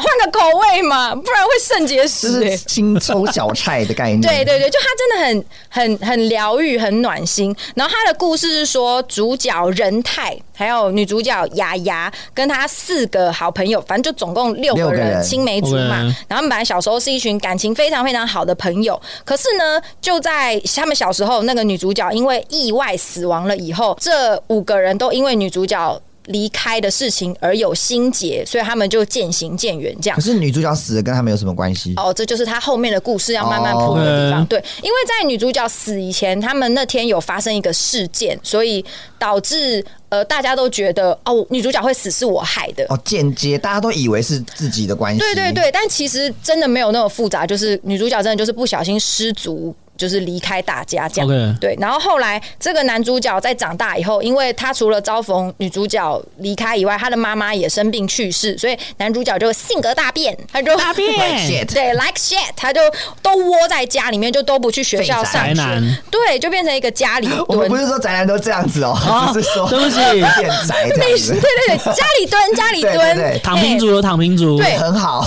S1: 换个口味嘛，不然会肾结
S2: 这
S1: 石、
S2: 是
S1: 欸。
S2: 青抽小菜的概念。
S1: 对对对，就他真的很很很疗愈，很暖心。然后他的故事是说，主角仁泰还有女主角雅雅跟他四个好朋友，反正就总共六
S2: 六
S1: 个
S2: 个
S1: 人，
S2: 人
S1: 青梅竹马
S3: OK。
S1: 然后他们本来小时候是一群感情非常非常好的朋友，可是呢，就在他们小时候，那个女主角因为意外死亡了以后，这五个人都因为女主角。离开的事情而有心结，所以他们就渐行渐远这样
S2: 可。是女主角死了跟他们有什么关系？
S1: 哦，这就是他后面的故事要慢慢铺的地方。
S3: 哦
S1: 对，因为在女主角死以前，他们那天有发生一个事件，所以导致呃大家都觉得哦，女主角会死是我害的。
S2: 哦，间接大家都以为是自己的关系。
S1: 对对对，但其实真的没有那么复杂，就是女主角真的就是不小心失足。就是离开大家这样
S3: OK
S1: 对。然后后来这个男主角在长大以后，因为他除了遭逢女主角离开以外，他的妈妈也生病去世，所以男主角就性格大变，他就大变
S2: Shit
S1: 对，like shit，他就都窝在家里面，就都不去学校
S2: 废
S1: 上
S2: 宅
S1: 学
S3: 男，
S1: 对，就变成一个家里
S2: 我们
S1: 蹲
S2: 不。是说宅男都这样子哦， 只是说
S3: 对不起
S2: 变宅这样
S1: 对
S2: 子，
S1: 对对，家里蹲，家里
S2: 对
S1: 蹲，
S2: 对对
S3: 躺平
S1: 嘿
S3: 族有躺平族，
S1: 对
S2: 很好。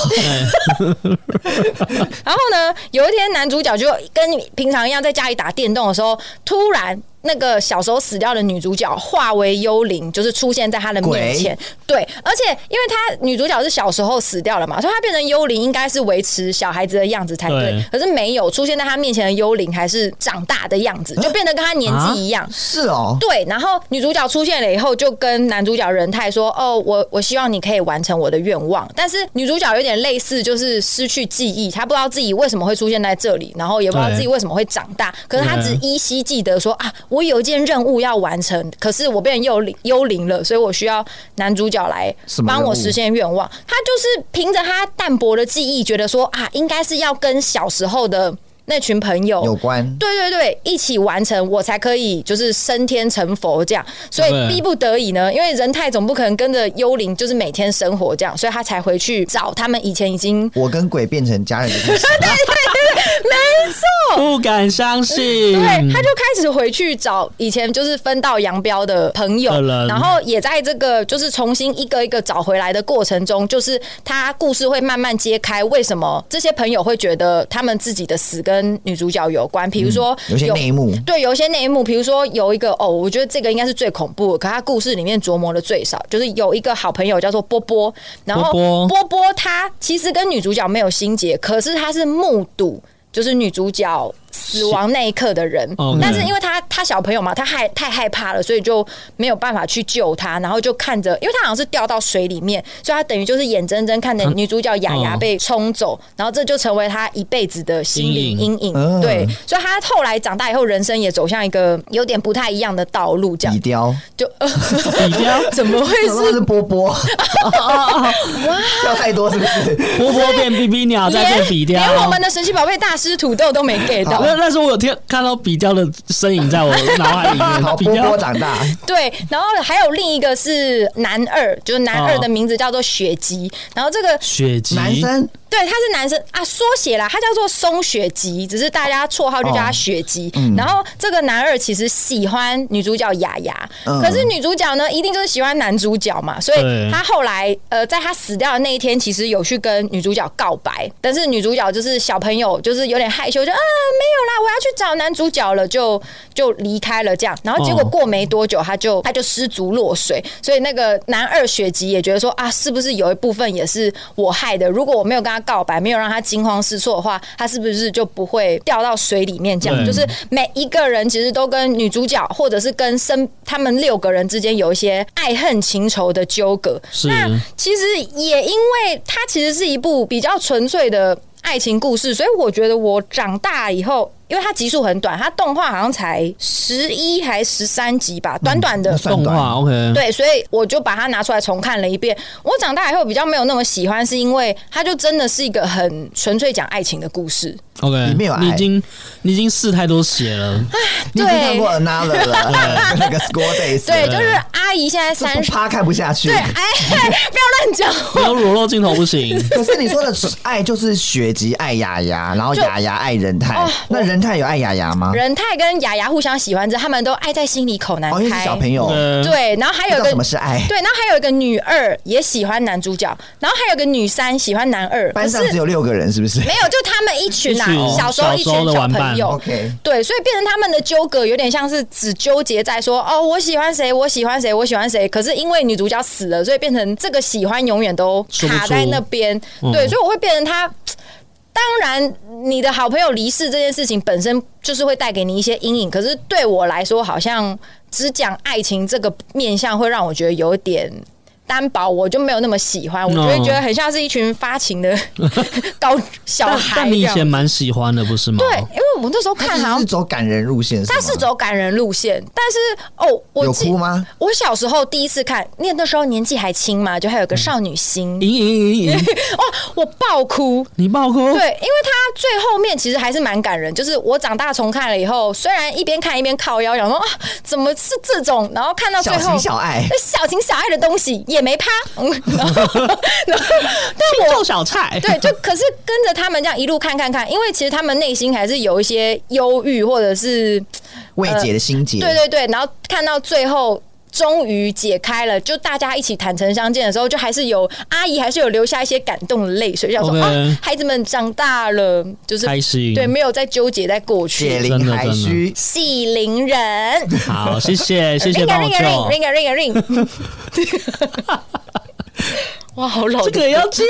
S1: 然后呢，有一天男主角就跟平常一样在家里打电动的时候，突然那个小时候死掉的女主角化为幽灵，就是出现在他的面前。对，而且因为他女主角是小时候死掉了嘛，所以她变成幽灵应该是维持小孩子的样子才对。
S3: 对
S1: 可是没有出现在他面前的幽灵还是长大的样子，就变得跟他年
S3: 啊
S1: 纪一样。
S2: 是哦，
S1: 对，然后女主角出现了以后，就跟男主角仁泰说：“哦，我我希望你可以完成我的愿望。”但是女主角有点类似，就是失去记忆，她不知道自己为什么会出现在这里，然后也不知道
S3: 对
S1: 自己为什么会长大。可是她
S3: 对
S1: 只依稀记得说：“啊，我有一件任务要完成，可是我变成幽灵幽灵了，所以我需要男主角来
S2: 什么任
S1: 帮我
S2: 务
S1: 实现愿望。”她就是凭着她淡薄的记忆，觉得说：“啊，应该是要跟小时候的。”那群朋友
S2: 有关
S1: 对对对，一起完成，我才可以就是升天成佛这样。所以
S3: 对
S1: 逼不得已呢，因为人太总不可能跟着幽灵就是每天生活这样，所以他才回去找他们以前已经
S2: 我跟鬼变成家人 的故事，
S3: 不敢相信。
S1: 对，他就开始回去找以前就是分道扬镳的朋友
S3: 的，人
S1: 然后也在这个就是重新一个一个找回来的过程中，就是他故事会慢慢揭开为什么这些朋友会觉得他们自己的死跟女主角有关，比如说
S2: 有些内幕
S1: 对，有一些内幕，比如说有一个哦，我觉得这个应该是最恐怖的，可他故事里面琢磨的最少，就是有一个好朋友叫做波波，然后
S3: 波波
S1: 波波他其实跟女主角没有心结，可是他是目睹。就是女主角死亡那一刻的人，
S3: OK
S1: 但是因为他他小朋友嘛，他害太害怕了，所以就没有办法去救他，然后就看着，因为他好像是掉到水里面，所以他等于就是眼睁睁看着女主角雅雅
S3: 哦
S1: 被冲走，然后这就成为他一辈子的心理
S3: 阴影
S1: 阴影。
S2: 嗯
S1: 对，所以他后来长大以后，人生也走向一个有点不太一样的道路，这
S2: 底
S1: 样
S2: 雕，
S1: 就、呃、
S3: 比较
S1: 怎么会
S2: 这
S1: 是
S2: 是波 波， 叫太多是不是？
S3: 波波变 BB 鸟，再变比雕。
S1: 连我们的神奇宝贝大师土豆都没 get 到。
S3: 那那时候我有听看到比雕的身影在我脑海 里
S2: 好，
S3: 面，比
S2: 波
S3: 雕
S2: 波长大，
S1: 对，然后还有另一个是男二，就是男二
S3: 哦
S1: 的名字叫做雪姬，然后这个
S3: 雪姬，
S2: 男生
S1: 对，他是男生啊，缩写啦，他叫做松雪姬，只是大家绰号就叫他雪姬。然后这个男二其实喜欢女主角雅雅，
S2: 嗯
S1: 可是女主角呢，一定就是喜欢男主角嘛，所以
S3: 对
S1: 他后来呃，在他死掉的那一天，其实有去跟女主角告白，但是女主角就是小朋友，就是有点害羞，就啊没有啦，我要去找男主角了，就就离开了这样。然后结果
S3: 哦
S1: 过没多久，他就 他就失足落水，所以那个男二雪姬也觉得说啊，是不是有一部分也是我害的？如果我没有跟他告白，没有让他惊慌失措的话，他是不是就不会掉到水里面？这样
S3: 对
S1: 就是每一个人其实都跟女主角或者是跟身他们六个人之间有一些爱恨情仇的纠葛。
S3: 是
S1: 那其实也因为它其实是一部比较纯粹的爱情故事，所以我觉得我长大以后，因为它集数很短，它动画好像才十一还十三集吧，短短的。
S2: 那算
S3: 动画
S2: 短，
S3: OK，
S1: 对，所以我就把它拿出来重看了一遍。我长大以后比较没有那么喜欢，是因为它就真的是一个很纯粹讲爱情的故事。
S3: OK，
S2: 里面有爱
S3: 你已经你已经试太多血了，
S2: 你已经看过 Another 了，那个 Score Days，
S1: 对，就是阿姨现在三十，
S2: 趴看不下去
S1: 对，。哎，不要乱讲话
S3: 没有裸露镜头不行。
S2: 可是你说的爱就是雪姬爱雅雅，然后
S1: 就
S2: 雅雅爱仁太
S1: 哦，
S2: 那仁太有爱雅雅吗？
S1: 仁泰跟雅雅互相喜欢着，他们都爱在心里口难
S2: 哦，因为
S1: 开。
S2: 是小朋友，
S3: 呃，
S1: 对，然后还
S2: 不
S1: 有一
S2: 知道
S1: 个
S2: 什么是爱。
S1: 对，然后还有一个女二也喜欢男主角，然后还有个女三喜欢男二，可
S2: 班
S1: 是
S2: 上只有六个人，是不是
S1: 没有，就他们一群啊
S3: 一群，
S1: 小时候一群
S3: 小时候的
S1: 小
S3: 玩伴
S1: 朋友。
S2: ？OK，
S1: 对，所以变成他们的纠葛有点像是只纠结在说哦，我喜欢谁，我喜欢谁，我喜欢谁。可是因为女主角死了，所以变成这个喜欢永远都
S3: 说不
S1: 卡在
S3: 出
S1: 那边。
S3: 嗯
S1: 对，所以我会变成他。当然，你的好朋友离世这件事情本身就是会带给你一些阴影。可是对我来说，好像只讲爱情这个面向，会让我觉得有点单薄，我就没有那么喜欢。我就会觉得很像是一群发情的高小
S3: 但
S1: 孩
S3: 但
S1: 这
S3: 你以
S1: 样。
S3: 前蛮喜欢的，不是吗？
S1: 对，因为我那时候看好
S2: 他
S1: 像
S2: 是走感人路线，
S1: 他
S2: 吗
S1: 是走感人路线，但是哦，我
S2: 有
S1: 记
S2: 哭吗？
S1: 我小时候第一次看，因为那时候年纪还轻嘛，就还有个少女
S2: 嗯
S1: 心，
S3: 赢赢赢赢，
S1: 哦，我爆哭。
S3: 你爆哭
S1: 对，因为他最后面其实还是蛮感人，就是我长大重看了以后，虽然一边看一边靠腰，想说啊，怎么是这种，然后看到最
S2: 小
S1: 后呃
S2: 情小爱，
S1: 那小情小爱的东西也没趴，嗯 然后然后 但
S3: 青
S1: 我
S3: 豆小菜，
S1: 对，就可是跟着他们这样一路看看看，因为其实他们内心还是有一些忧郁或者是
S2: 未解的心结，
S1: 对对对，然后看到最后。终于解开了，就大家一起坦诚相见的时候，就还是有阿姨还是有留下一些感动的泪水，想说
S3: OK
S1: 啊，孩子们长大了，就是
S3: 开心。
S1: 对，没有再纠结在过
S2: 解
S1: 去。
S3: 真
S2: 铃
S3: 的
S2: 还
S3: 真的
S2: 需。
S1: 系铃人，
S3: 好，谢谢谢谢
S1: ring
S3: 帮我
S1: a ring
S3: 救，
S1: ring ring ring 啊 a ring，哇，好老的
S3: 这个也要接。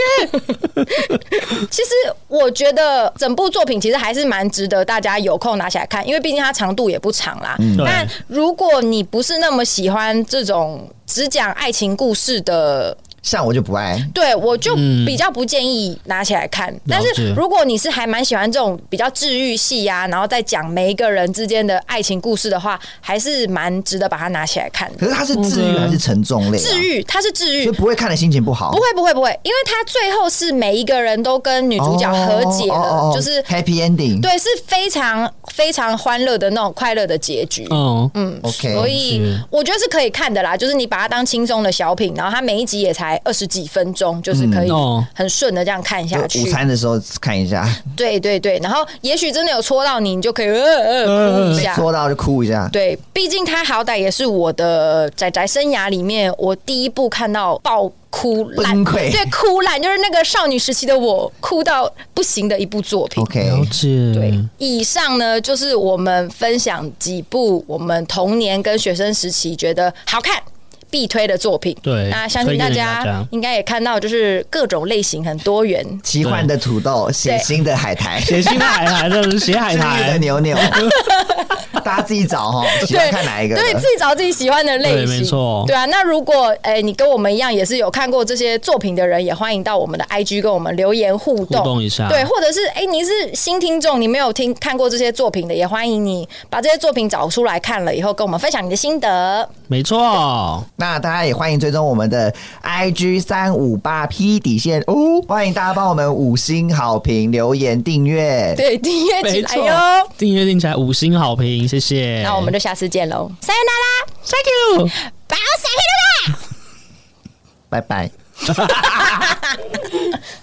S1: 其实我觉得整部作品其实还是蛮值得大家有空拿起来看，因为毕竟它长度也不长啦。
S2: 嗯
S3: 对
S1: 但如果你不是那么喜欢这种只讲爱情故事的，
S2: 像我就不爱，
S1: 对我就
S2: 嗯
S1: 比较不建议拿起来看。但是如果你是还蛮喜欢这种比较治愈系呀、然后再讲每一个人之间的爱情故事的话，还是蛮值得把它拿起来看的。
S2: 可是它是治愈还是沉重类、啊？
S1: 嗯治，愈，它是治愈
S2: 所以，不会看的心情不好。
S1: 不会不会不会，因为他最后是每一个人都跟女主角和解了，
S2: 哦哦哦
S1: 就是。
S2: happy ending。
S1: 对，是非常非常欢乐的那种快乐的结局。
S3: 嗯，
S2: ，OK。
S1: 所以
S3: 是
S1: 我觉得是可以看的啦，就是你把它当轻松的小品，然后它每一集也才二十几分钟，就是可以
S3: 嗯哦
S1: 很顺的这样看下
S2: 就午
S1: 去。
S2: 餐的时候看一下，
S1: 对对对，然后也许真的有戳到你，你就可以呃呃哭一下。
S2: 说到就哭一下。
S1: 对，毕竟它好歹也是我的仔仔生涯里面我第一部看到爆哭烂，
S2: 崩溃
S1: 对，哭烂就是那个少女时期的我哭到不行的一部作品。
S3: 了
S2: OK，
S3: 解。
S1: 对，以上呢就是我们分享几部我们童年跟学生时期觉得好看。必推的作品，
S3: 对
S1: 那相信大
S3: 推荐给
S1: 家
S3: 大家
S1: 应该也看到，就是各种类型很多元。
S2: 奇幻的土豆，血腥的海苔，
S3: 血腥的海苔，真的是血海
S2: 治愈的
S3: 苔，
S2: 牛 牛，大家自己找哈，喜欢看哪一个？
S1: 对自己找自己喜欢的类型，
S3: 对没错
S1: 对啊。那如果哎、你跟我们一样也是有看过这些作品的人，也欢迎到我们的 IG 跟我们留言互动
S3: 互动一下
S1: 对，或者是哎、你是新听众，你没有听看过这些作品的，也欢迎你把这些作品找出来看了以后，跟我们分享你的心得。
S3: 没错。
S2: 那大家也欢迎追踪我们的 IG 三五八 P 底线哦，欢迎大家帮我们五星好评、留言、订阅。
S1: 对，订阅起
S3: 没
S1: 来
S3: 错
S1: 哟。，
S3: 订阅订起来，五星好评，谢谢。
S1: 哎那我们就下次见喽，
S3: 哎
S1: 塞那啦，
S3: Thank you。
S1: 保险了啦。
S2: 拜拜。